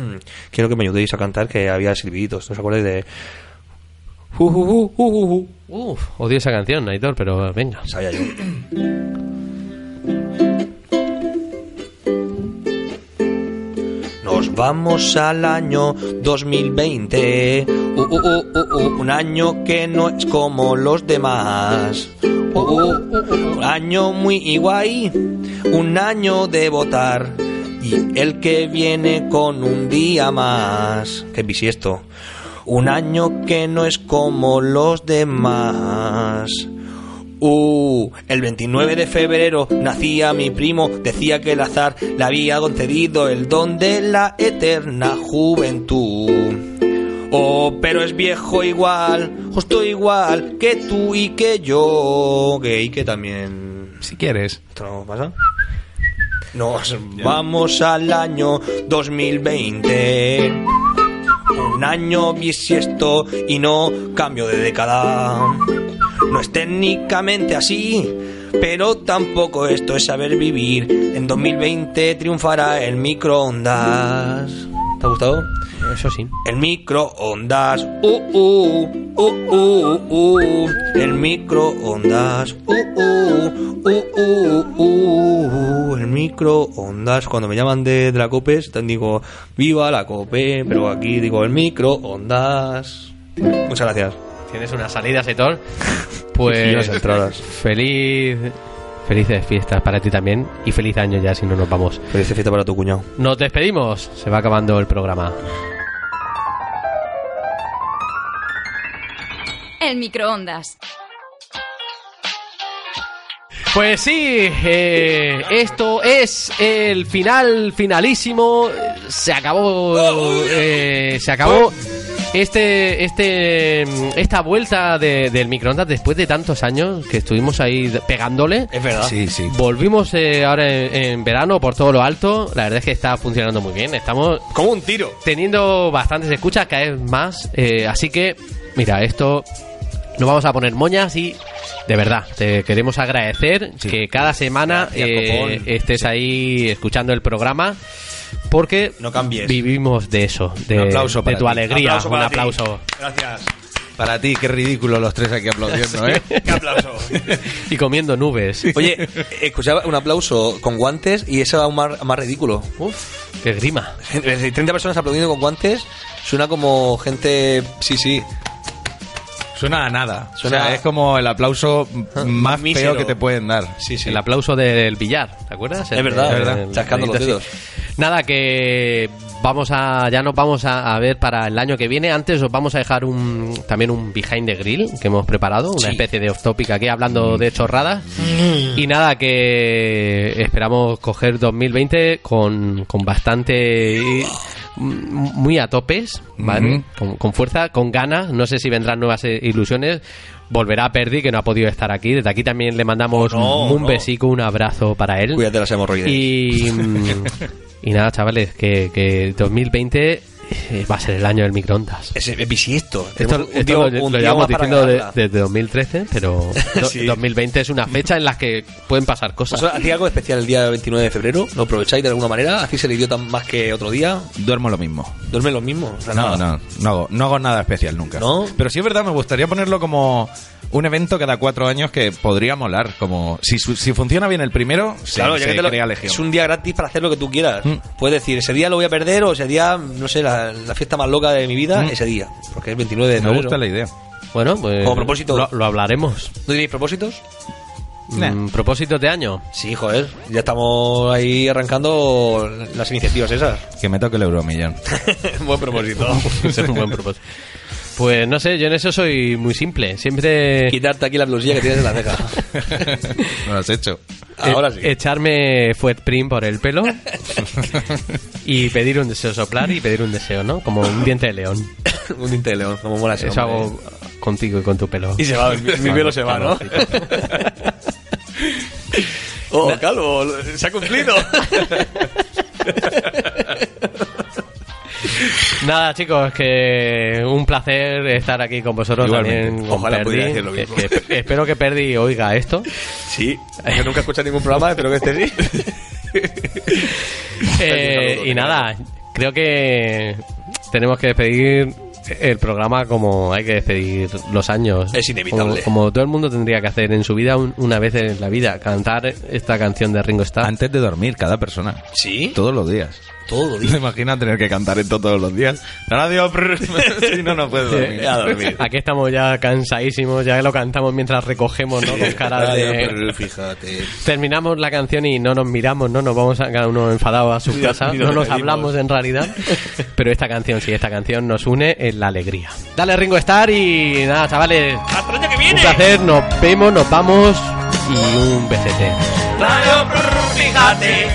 Speaker 4: Quiero que me ayudéis a cantar que había silbiditos. ¿No os acordáis de.? Ju, ju, ju, ju, ju, ju? Uh.
Speaker 2: Uf, odio esa canción, Aitor, pero venga.
Speaker 4: Sabía yo. Nos vamos al año 2020. Uh, uh, uh, uh, uh, un año que no es como los demás. Uh, uh, uh, un año muy guay. Un año de votar. Y el que viene con un día más. Qué bisiesto. Un año que no es como los demás. Uh, el 29 de febrero nacía mi primo, decía que el azar le había concedido el don de la eterna juventud. Oh, pero es viejo igual, justo igual que tú y que yo, que y que también
Speaker 3: Si quieres.
Speaker 4: ¿Esto no pasa? Nos vamos al año 2020. Un año bisiesto y no cambio de década. No es técnicamente así, pero tampoco esto es saber vivir. En 2020 triunfará el microondas. ¿Te ha gustado?
Speaker 2: Eso sí.
Speaker 4: El microondas, uh, uh, uh, uh, uh. El microondas, uh, uh, uh, uh, uh, uh. El microondas. Cuando me llaman de, de la COPE, digo, viva la COPE, pero aquí digo, el microondas. Muchas gracias.
Speaker 2: Tienes una salida, Aitor. Pues...
Speaker 4: Y unas entradas.
Speaker 2: Feliz Felices fiestas para ti también y feliz año ya si no nos vamos.
Speaker 4: Feliz fiesta para tu cuñado.
Speaker 2: Nos despedimos. Se va acabando el programa.
Speaker 1: El microondas.
Speaker 2: Pues sí, eh, esto es el final, finalísimo. Se acabó, eh, se acabó este, este, esta vuelta de- del microondas después de tantos años que estuvimos ahí pegándole.
Speaker 4: Es verdad.
Speaker 3: Sí, sí.
Speaker 2: Volvimos eh, ahora en, en verano por todo lo alto. La verdad es que está funcionando muy bien. Estamos
Speaker 4: Como un tiro.
Speaker 2: teniendo bastantes escuchas, cada vez más. eh, así que, mira, esto no vamos a poner moñas y de verdad te queremos agradecer
Speaker 3: Sí.
Speaker 2: que cada semana
Speaker 4: Gracias,
Speaker 2: eh,
Speaker 4: copón.
Speaker 2: estés ahí escuchando el programa. Porque
Speaker 4: No cambies.
Speaker 2: vivimos de eso, de,
Speaker 4: Un aplauso
Speaker 2: de
Speaker 4: para
Speaker 2: tu
Speaker 4: ti.
Speaker 2: alegría.
Speaker 4: Aplauso
Speaker 2: un
Speaker 4: para ti.
Speaker 2: aplauso.
Speaker 4: Gracias.
Speaker 3: Para ti, qué ridículo los tres aquí aplaudiendo, ¿eh?
Speaker 4: Qué aplauso.
Speaker 2: Y comiendo nubes.
Speaker 4: Oye, escuchaba un aplauso con guantes y eso es aún más, más ridículo.
Speaker 2: Uf, qué grima.
Speaker 4: Gente- 30 personas aplaudiendo con guantes suena como gente. Sí, sí.
Speaker 3: Suena a nada.
Speaker 4: Suena-
Speaker 3: o sea, es como el aplauso más
Speaker 4: Mísero.
Speaker 3: feo que te pueden dar.
Speaker 4: Sí, sí.
Speaker 2: El aplauso del billar, ¿te acuerdas?
Speaker 4: Es
Speaker 2: El-
Speaker 4: verdad,
Speaker 3: es verdad.
Speaker 2: el-
Speaker 4: Chascando los
Speaker 2: el-
Speaker 4: dedos.
Speaker 2: Nada, que vamos a. Ya nos vamos a, a ver para el año que viene. Antes os vamos a dejar un también un behind the grill que hemos preparado, una
Speaker 4: Sí. Mm.
Speaker 2: especie de off topic aquí hablando de chorradas. Y nada, que esperamos coger 2020 con, con bastante. m- muy a topes, ¿vale?
Speaker 4: Mm-hmm.
Speaker 3: Ujú.
Speaker 2: con, con fuerza, con ganas. No sé si vendrán nuevas eh, ilusiones. Volverá a Perdi, que no ha podido estar aquí. Desde aquí también le mandamos
Speaker 4: Oh, No,
Speaker 2: un
Speaker 4: no.
Speaker 2: besico, un abrazo para él.
Speaker 4: Cuídate de las hemorroides.
Speaker 2: Y, mm, y nada, chavales, que, que 2020 eh, va a ser el año del microondas.
Speaker 4: Es, es bisiesto.
Speaker 2: Esto,
Speaker 4: Tenemos un
Speaker 2: esto
Speaker 4: tío-
Speaker 2: lo,
Speaker 4: un
Speaker 2: lo
Speaker 4: tío
Speaker 2: llevamos
Speaker 4: más para
Speaker 2: diciendo de-
Speaker 4: ganarla.
Speaker 2: desde 2013, pero do-
Speaker 4: Sí.
Speaker 2: 2020 es una fecha en la que pueden pasar cosas.
Speaker 4: ¿Vosotros hacéis algo especial el día 29 de febrero? ¿Lo aprovecháis de alguna manera? ¿Hacéis el idiota más que otro día?
Speaker 3: Duermo lo mismo.
Speaker 4: ¿Duermen los mismos?
Speaker 3: No, no, no hago, no hago nada especial nunca.
Speaker 4: ¿No?
Speaker 3: Pero sí es verdad, me gustaría ponerlo como un evento cada cuatro años que podría molar. Como si, su- si funciona bien el primero, se-
Speaker 4: Claro,
Speaker 3: se,
Speaker 4: ya que te lo-
Speaker 3: crea legión.
Speaker 4: es un día gratis para hacer lo que tú quieras.
Speaker 3: Mm.
Speaker 4: Puedes decir, ese día lo voy a perder o ese día, no sé, la, la fiesta más loca de mi vida,
Speaker 3: Mm.
Speaker 4: ese día. Porque es 29 de
Speaker 3: Me
Speaker 4: febrero.
Speaker 3: gusta la idea.
Speaker 2: Bueno, pues
Speaker 4: Como propósito.
Speaker 2: lo, lo hablaremos.
Speaker 4: ¿No tenéis propósitos?
Speaker 3: Nah.
Speaker 2: Mm, propósitos de año.
Speaker 4: Sí, joder. Ya estamos ahí arrancando las iniciativas esas.
Speaker 3: Que me toque el euromillón.
Speaker 4: Buen propósito.
Speaker 2: Ese es un buen propósito. Pues no sé, yo en eso soy muy simple.
Speaker 3: Eh.
Speaker 2: Siempre
Speaker 4: Quitarte aquí la blusilla que tienes en la ceja.
Speaker 3: no lo has hecho.
Speaker 2: E-
Speaker 4: Ahora
Speaker 3: Eh,
Speaker 4: sí.
Speaker 2: Echarme fuet prim por el pelo y pedir un deseo, soplar y pedir un deseo, ¿no? Como un diente de león.
Speaker 4: Un tinte de león, como mola ese
Speaker 2: Eso
Speaker 4: hombre. ¿eh?
Speaker 2: hago contigo y con tu pelo.
Speaker 4: Y se va, mi, mi pelo se va, ¿no? Oh, calvo, se ha cumplido.
Speaker 2: Nada, chicos, que un placer estar aquí con vosotros
Speaker 3: Igualmente.
Speaker 2: también. con
Speaker 4: Ojalá
Speaker 2: Perdi,
Speaker 4: pudiera decir lo
Speaker 2: que-
Speaker 4: mismo.
Speaker 2: que- que espero que Perdi oiga esto.
Speaker 4: Sí, yo nunca he escuchado ningún programa, espero que este sí.
Speaker 2: Eh,
Speaker 4: saludo,
Speaker 2: y
Speaker 4: claro.
Speaker 2: nada, creo que tenemos que despedir el programa como hay que despedir los años.
Speaker 4: Es inevitable.
Speaker 2: Como, como todo el mundo tendría que hacer en su vida un- una vez en la vida, cantar esta canción de Ringo Starr.
Speaker 3: Antes de dormir, cada persona.
Speaker 4: ¿Sí?
Speaker 3: Todos los días.
Speaker 4: Todo,
Speaker 3: ¿Te imaginas tener que cantar esto todos los días? La radio. prr, si no, no puedo dormir.
Speaker 4: A dormir.
Speaker 2: Aquí estamos ya cansadísimos, ya lo cantamos mientras recogemos, ¿no? Con cara de...
Speaker 4: fíjate.
Speaker 2: Terminamos la canción y no nos miramos, no nos vamos a cada uno enfadado a su
Speaker 4: Ya,
Speaker 2: casa,
Speaker 4: ni
Speaker 2: no
Speaker 4: nos
Speaker 2: nos
Speaker 4: pedimos.
Speaker 2: hablamos en realidad, pero esta canción, sí, esta canción nos une en la alegría. Dale Ringo Starr y nada, chavales,
Speaker 5: ¡Hasta el año que
Speaker 2: Un
Speaker 5: viene!
Speaker 2: placer, nos vemos, nos vamos y un BCT.
Speaker 5: Radio Prrr, fíjate,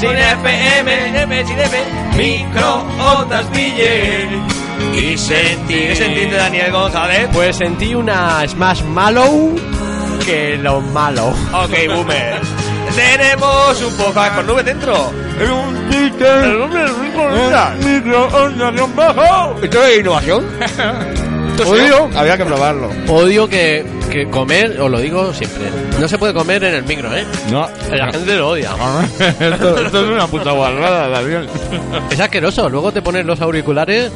Speaker 5: sin FM, FM, sin FM, microondas DJ. Y sentir,
Speaker 4: ¿Qué sentiste, Daniel González?
Speaker 2: Pues sentí una Smash Mallow que lo malo.
Speaker 4: Ok, boomer. Tenemos un poco con nube dentro.
Speaker 5: un microondas de un bajo.
Speaker 4: ¿Esto es innovación?
Speaker 2: Odio,
Speaker 3: Había que probarlo.
Speaker 2: odio que, que comer, os lo digo siempre, no se puede comer en el micro, ¿eh?
Speaker 3: No.
Speaker 2: La gente lo odia.
Speaker 3: esto, esto es una puta guardada de avión.
Speaker 2: Es asqueroso. Luego te pones los auriculares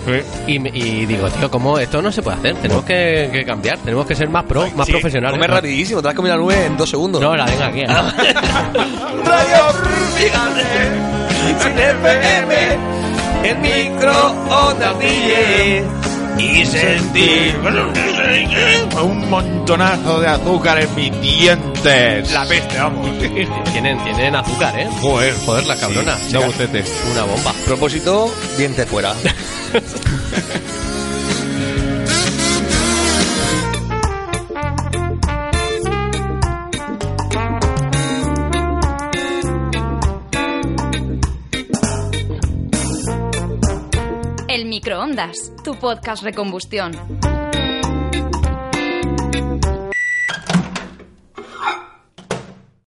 Speaker 2: y, me- y digo, tío, ¿cómo esto no se puede hacer? Tenemos que, que cambiar, tenemos que ser más pro, más profesionales.
Speaker 4: Come rapidísimo, te has comido la nube en dos segundos.
Speaker 2: No, la venga aquí. ¿eh?
Speaker 4: Radio Fíjate, sin FM, el microondas DJ.
Speaker 6: y sentir
Speaker 3: Un montonazo de azúcar en mis dientes.
Speaker 6: la peste, vamos.
Speaker 2: Tienen, tienen azúcar, ¿eh?
Speaker 3: Joder,
Speaker 2: Joder, la cabrona.
Speaker 3: sí, da bustete.
Speaker 2: Una bomba.
Speaker 4: Propósito, diente fuera.
Speaker 1: El microondas, tu podcast recombustión.